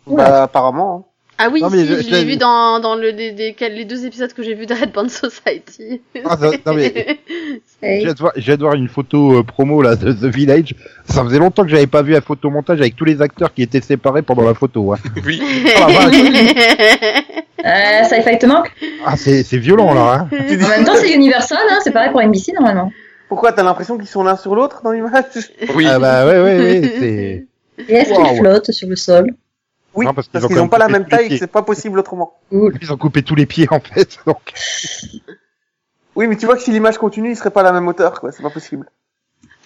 Bah, apparemment.
Ah oui,
Non, mais
si,
je-
je,
je
l'ai
l'ai
vu
vu.
dans, dans le, des, des- les deux épisodes que j'ai vus de Red Band Society.
Ah, ça- non, mais- Je
Et-
viens de voir- je viens de voir une photo euh, promo là de The Village. Ça faisait longtemps que j'avais pas vu la photomontage avec tous les acteurs qui étaient séparés pendant la photo. hein.
oui.
Ah, la
Euh, Sci-Fi te manque
Ah, c'est c'est violent là. Hein.
Tu dis-
En même temps, c'est Universal, hein, c'est pareil pour NBC normalement.
Pourquoi t'as l'impression qu'ils sont l'un sur l'autre dans l'image
Oui.
Ah bah ouais ouais ouais. C'est
Et est-ce
Wow.
qu'il flotte sur le sol
Oui,
Non,
parce
parce
qu'ils
qu'ils ont quand même
n'ont pas la
coupé
même
tous les
taille,
pieds.
c'est pas possible autrement.
Cool.
ils ont coupé tous les pieds en fait. Donc
Oui, mais tu vois que si l'image continue, ils seraient pas à la même hauteur, quoi. C'est pas possible.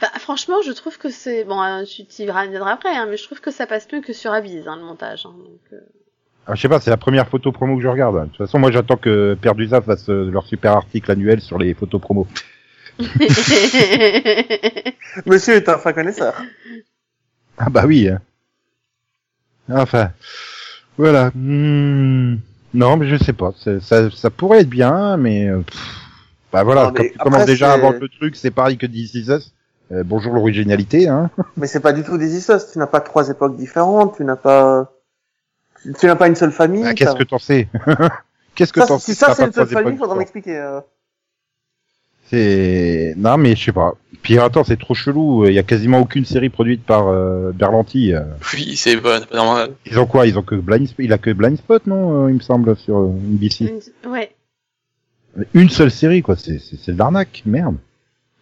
Bah, franchement, je trouve que c'est... Bon, euh, tu t'y reviendras après, hein, mais je trouve que ça passe mieux que sur Abyss, hein, le montage. hein, donc, euh.
Ah, je sais pas, c'est la première photo promo que je regarde. hein. De toute façon, moi j'attends que Perdusa fasse euh, leur super article annuel sur les photos promo.
Monsieur est un fin connaisseur.
Ah bah oui. hein. Enfin, voilà. Hmm. Non, mais je sais pas. C'est- Ça, ça pourrait être bien, mais euh, pff. bah voilà.
Non, mais
quand tu
après,
commences déjà à
c'est-
vendre le truc, c'est pareil que This Is Us. Euh, bonjour l'originalité, hein.
Mais c'est pas du tout des histoires. Tu n'as pas trois époques différentes. Tu n'as pas, tu n'as pas une seule famille.
Ah, Qu'est-ce
t'as-
que t'en sais Qu'est-ce que
Ça,
t'en
si
sais
ça,
t'as
c'est
pas
une seule
trois époques
famille, faudra
différentes.
m'expliquer. euh.
C'est non, mais je sais pas. Puis attends, c'est trop chelou. Il y a quasiment aucune série produite par euh, Berlanti. euh.
Oui, c'est pas, pas normal.
Ils ont quoi Ils ont que Blind Spot. Il a que Blind Spot, non euh, Il me semble sur euh, NBC.
Une- Ouais.
Une seule série, quoi. C'est c'est c'est de l'arnaque, merde.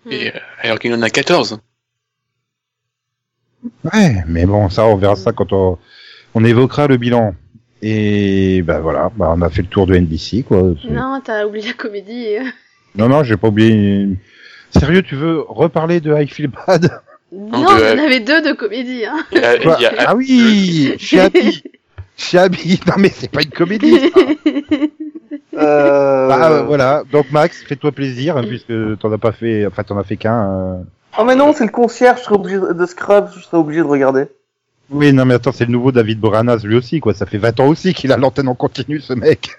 Mm.
Et, euh, alors qu'il en a 14.
Ouais, mais bon, ça, on verra ça quand on, on évoquera le bilan. Et bah voilà, bah, on a fait le tour de NBC, quoi. C'est-
Non, t'as oublié la comédie. euh.
non, non, j'ai pas oublié. Sérieux, tu veux reparler de I Feel Bad
Non, on
euh,
en avait deux de comédie, hein.
Il y a-
Quoi
Euh, il y a-
Ah oui, Chiabi, Chiabi. Non mais c'est pas une comédie.
Ah.
ça.
Euh...
Bah, euh, voilà. Donc Max, fais-toi plaisir hein, puisque t'en as pas fait, enfin t'en as fait qu'un. euh.
Oh mais non, c'est le concierge. Je serais obligé de de Scrubs. Je serais obligé de regarder.
Oui, non mais attends, c'est le nouveau David Boranas lui aussi, quoi. Ça fait 20 ans aussi qu'il a l'antenne en continu, ce mec.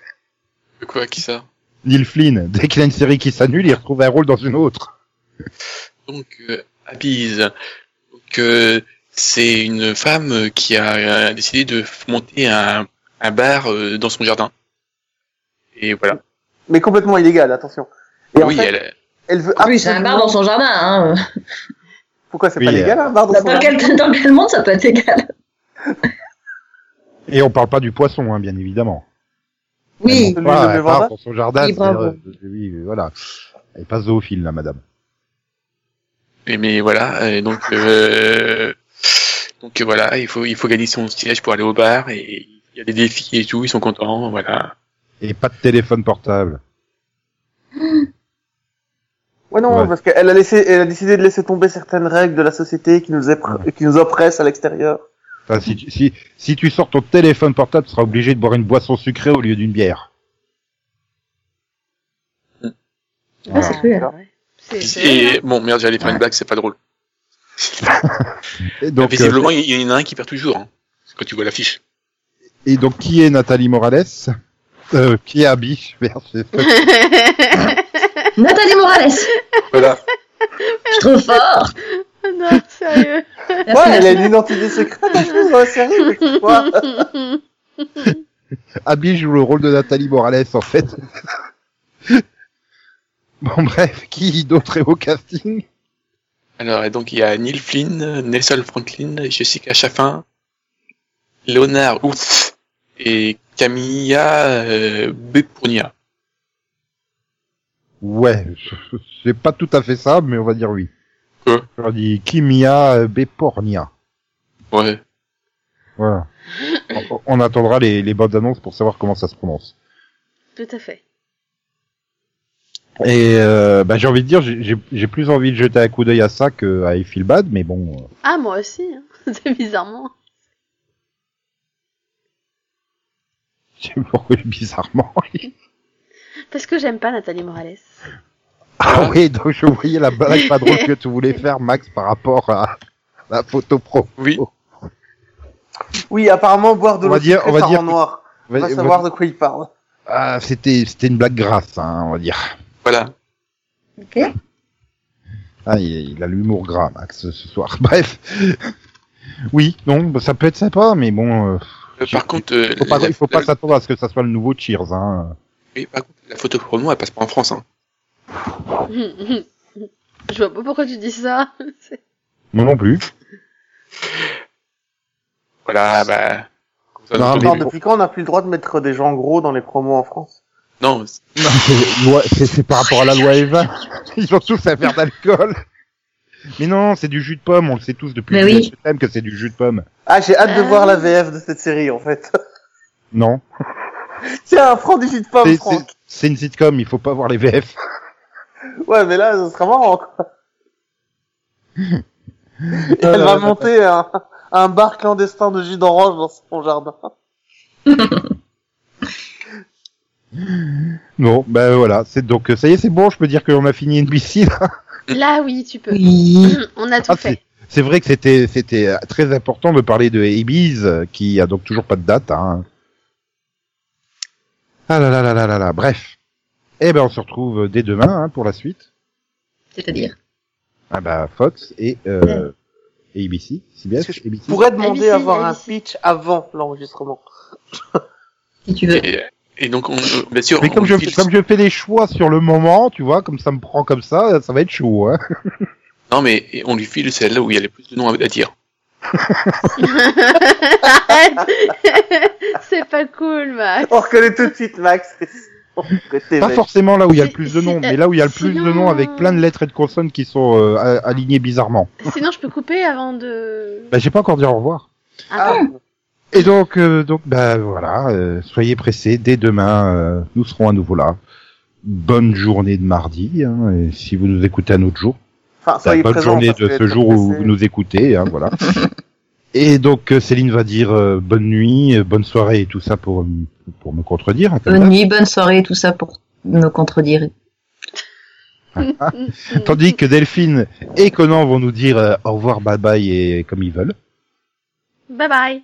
Quoi, qui ça
Neil Flynn, dès qu'il a une série qui s'annule, il retrouve un rôle dans une autre.
Donc, euh, Abby's. Donc, euh, c'est une femme euh, qui a euh, décidé de f- monter un, un bar euh, dans son jardin. Et voilà.
Mais complètement illégal, attention. Et en
oui,
fait, elle...
elle,
veut
En plus, un
absolument-
bar dans son Bah, jardin. Hein.
Pourquoi c'est
Oui,
pas
euh,
légal, un bar dans son
Dans, quel, dans quel monde ça peut être égal
Et on parle pas du poisson, hein, bien évidemment.
Oui.
Elle
Celui
monte pas,
de
elle
Nevada
part dans son jardin.
Oui,
c'est-
bravo.
euh, oui, voilà. Elle est pas zoophile, là, madame.
mais, mais voilà. Et donc, euh, donc euh, voilà, il faut, il faut gagner son siège pour aller au bar. Et il y a des défis et tout, ils sont contents. Voilà.
Et pas de téléphone portable.
Ouais non,
Ouais.
parce qu'elle a laissé, elle a décidé de laisser tomber certaines règles de la société qui nous, épre- qui nous oppressent à l'extérieur.
Enfin, si, tu- si, si tu sors ton téléphone portable, tu seras obligé de boire une boisson sucrée au lieu d'une bière.
Ah, c'est cru. hein.
C'est- c'est vrai,
Et bon, merde, j'allais faire une blague, c'est pas drôle.
Et donc,
Bah,
euh,
Visiblement, il y en a un qui perd toujours. Hein, quand tu vois l'affiche.
et donc qui est Nathalie Morales euh, Qui est Abby Merde, c'est-
hein.
Nathalie Morales,
Voilà.
je trouve fort.
non, sérieux.
Ouais,
Merci,
elle a
merci.
une identité secrète à jouer dans la série, mais c'est quoi
Abby joue le rôle de Nathalie Morales, en fait. bon, bref, qui d'autre est au casting
Alors, et donc, il y a Neil Flynn, Nelson Franklin, Jessica Chaffin, Leonard Ouf et Camilla euh, Bepurnia.
Ouais, c'est pas tout à fait ça, mais on va dire oui.
Quoi
On dit Kimia Bepornia.
Ouais.
Voilà. on, on attendra les, les bandes annonces pour savoir comment ça se prononce.
Tout à fait.
Et euh, bah, j'ai envie de dire, j'ai- j'ai j'ai plus envie de jeter un coup d'œil à ça que à I Feel Bad, mais bon. euh,
Ah, moi aussi, hein. c'est bizarrement.
je sais pas pourquoi bizarrement.
Parce que j'aime pas Nathalie Morales.
ah oui, donc je voyais la blague pas drôle que tu voulais faire, Max, par rapport à la photo pro.
Oui.
Oui, apparemment, boire de
On
l'eau
va dire-
sucrée
on va
par
dire
en
que-
noir. On va
Vas-y,
savoir
vas-y.
de quoi il parle.
Ah, c'était c'était une blague grasse, hein, on va dire.
Voilà.
Ok.
Ah, il, il a l'humour gras, Max, ce soir. Bref. Oui, non, bah, ça peut être sympa, mais bon, euh,
Euh, par contre, euh,
faut pas,
la,
il faut pas
la-
s'attendre à ce que ça soit le nouveau Cheers, hein.
oui, par contre, la photo promo, elle passe pas en France. Hein.
Je vois pas pourquoi tu dis ça. C'est-
Moi non plus.
Voilà, bah. comme ça,
Non,
on peut-
mais-
Alors, depuis quand on n'a plus le droit de mettre des gens gros dans les promos en France
non, c'est-
Non, c'est- loi- c'est c'est par rapport à la loi Eva. Ils ont tous un verre d'alcool. Mais non, c'est du jus de pomme, on le sait tous depuis
Mais
le
oui.
début de ce thème que c'est du jus de pomme.
Ah, j'ai hâte de
Ah.
voir la VF de cette série, en fait.
Non.
Tiens, un franc du jus de pomme,
C'est-
Franck.
c'est- C'est une sitcom, il faut pas voir les VF.
Ouais, mais là, ce sera marrant, quoi. Et
Ah
elle
là
va
là.
monter un, un bar clandestin de jus d'orange dans son jardin.
Bon, ben voilà, c'est donc ça y est, c'est bon, je peux dire qu'on a fini NBC là.
Là, oui, tu peux.
Oui.
On a tout
Ah,
fait.
c'est- c'est vrai que c'était c'était euh, très important de parler de Ibiz euh, qui a donc toujours pas de date. Hein. Ah là là là là là là, bref. Eh ben on se retrouve dès demain hein, pour la suite.
C'est-à-dire.
Ah bah Fox et, euh, et ABC, CBS,
Est-ce que je
ABC.
Je pourrais
ABC,
demander à avoir un
ABC.
pitch avant l'enregistrement.
Si tu veux.
et, et donc, on, euh, bien sûr,
Mais comme
on
je,
file-
comme je fais des choix sur le moment, tu vois, comme ça me prend comme ça, ça va être chaud. Hein
non, mais et on lui file celle-là où il y a le plus de noms à, à dire.
Arrête C'est pas cool, Max.
On reconnaît tout de suite, Max. Que t'es
Pas
mec.
forcément là où il y a le
Si-
plus de
si-
noms,
euh,
mais là où il y a le plus de
sinon- euh,
noms avec plein de lettres et de consonnes qui sont euh, a- alignées bizarrement.
Sinon, je peux couper avant de.
Bah j'ai pas encore dit au revoir.
Ah, bon
Et donc, euh, donc bah voilà, euh, soyez pressés, dès demain, euh, nous serons à nouveau là. Bonne journée de mardi, hein, et si vous nous écoutez un autre jour,
Enfin,
Bah,
soyez
bonne
présents,
journée
parce
de
que
ce
être
jour où
pressé-
vous nous écoutez, hein, voilà. Et donc euh, Céline va dire euh, bonne nuit, euh, bonne soirée et tout ça pour m- pour me contredire. hein, comme
Bonne nuit, Euh, bonne soirée, tout ça pour me contredire.
ça. Tandis que Delphine et Conan vont nous dire euh, au revoir, bye bye et comme ils veulent.
Bye bye.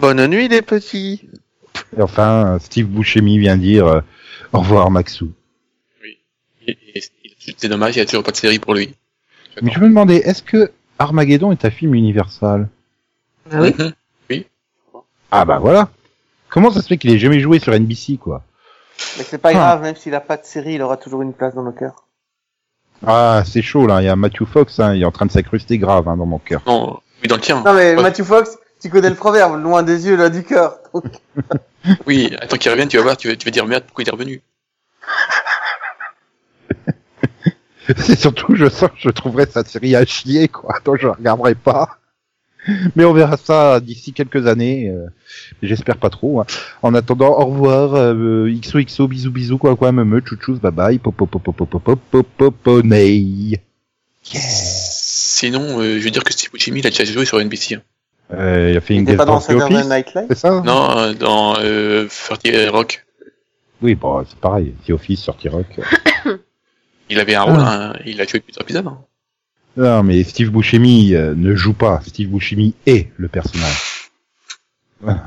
Bonne nuit, les petits.
Et enfin euh, Steve Buscemi vient dire euh, au revoir Maxou.
Et, et- et c'est dommage, il y a toujours pas de série pour lui.
Mais je me demandais est-ce que Armageddon est un film universal
Bah oui.
Mhm.
Ah bah voilà. Comment ça se fait qu'il ait jamais joué sur NBC quoi
Mais c'est pas
Ah.
grave, même s'il a pas de série, il aura toujours une place dans nos cœurs.
Ah c'est chaud là, il y a Matthew Fox, hein, il est en train de s'incruster grave hein, dans mon cœur.
Non, mais dans le tien.
Non, mais
Ouais.
Matthew Fox, tu connais le proverbe, loin des yeux, là du cœur.
Oui, attends qu'il revienne, tu vas voir, tu vas, tu vas dire merde, pourquoi il est revenu
C'est surtout, je sens que je trouverais sa série à chier, quoi. Donc je la regarderai pas. Mais on verra ça d'ici quelques années. euh, J'espère pas trop. hein. En attendant, au revoir. Euh, XOXO, bisous, bisous, quoi, quoi, me me, chouchous, bye bye, popopopopopopopoponei.
Sinon, euh, je veux dire que Steve Buscemi, il a déjà joué sur NBC. hein.
Euh, il a fait une
T'es
guest
pas dans
dans The
Saturday
Office,
Night Live
c'est ça
Non, euh, dans euh, 30 Rock,
Oui, bon, c'est pareil. The Office sur T-Rock.
il avait un rôle,
Ah.
hein, il a joué plusieurs épisodes. hein.
Non, mais Steve Buscemi euh, ne joue pas. Steve Buscemi est le personnage. Voilà.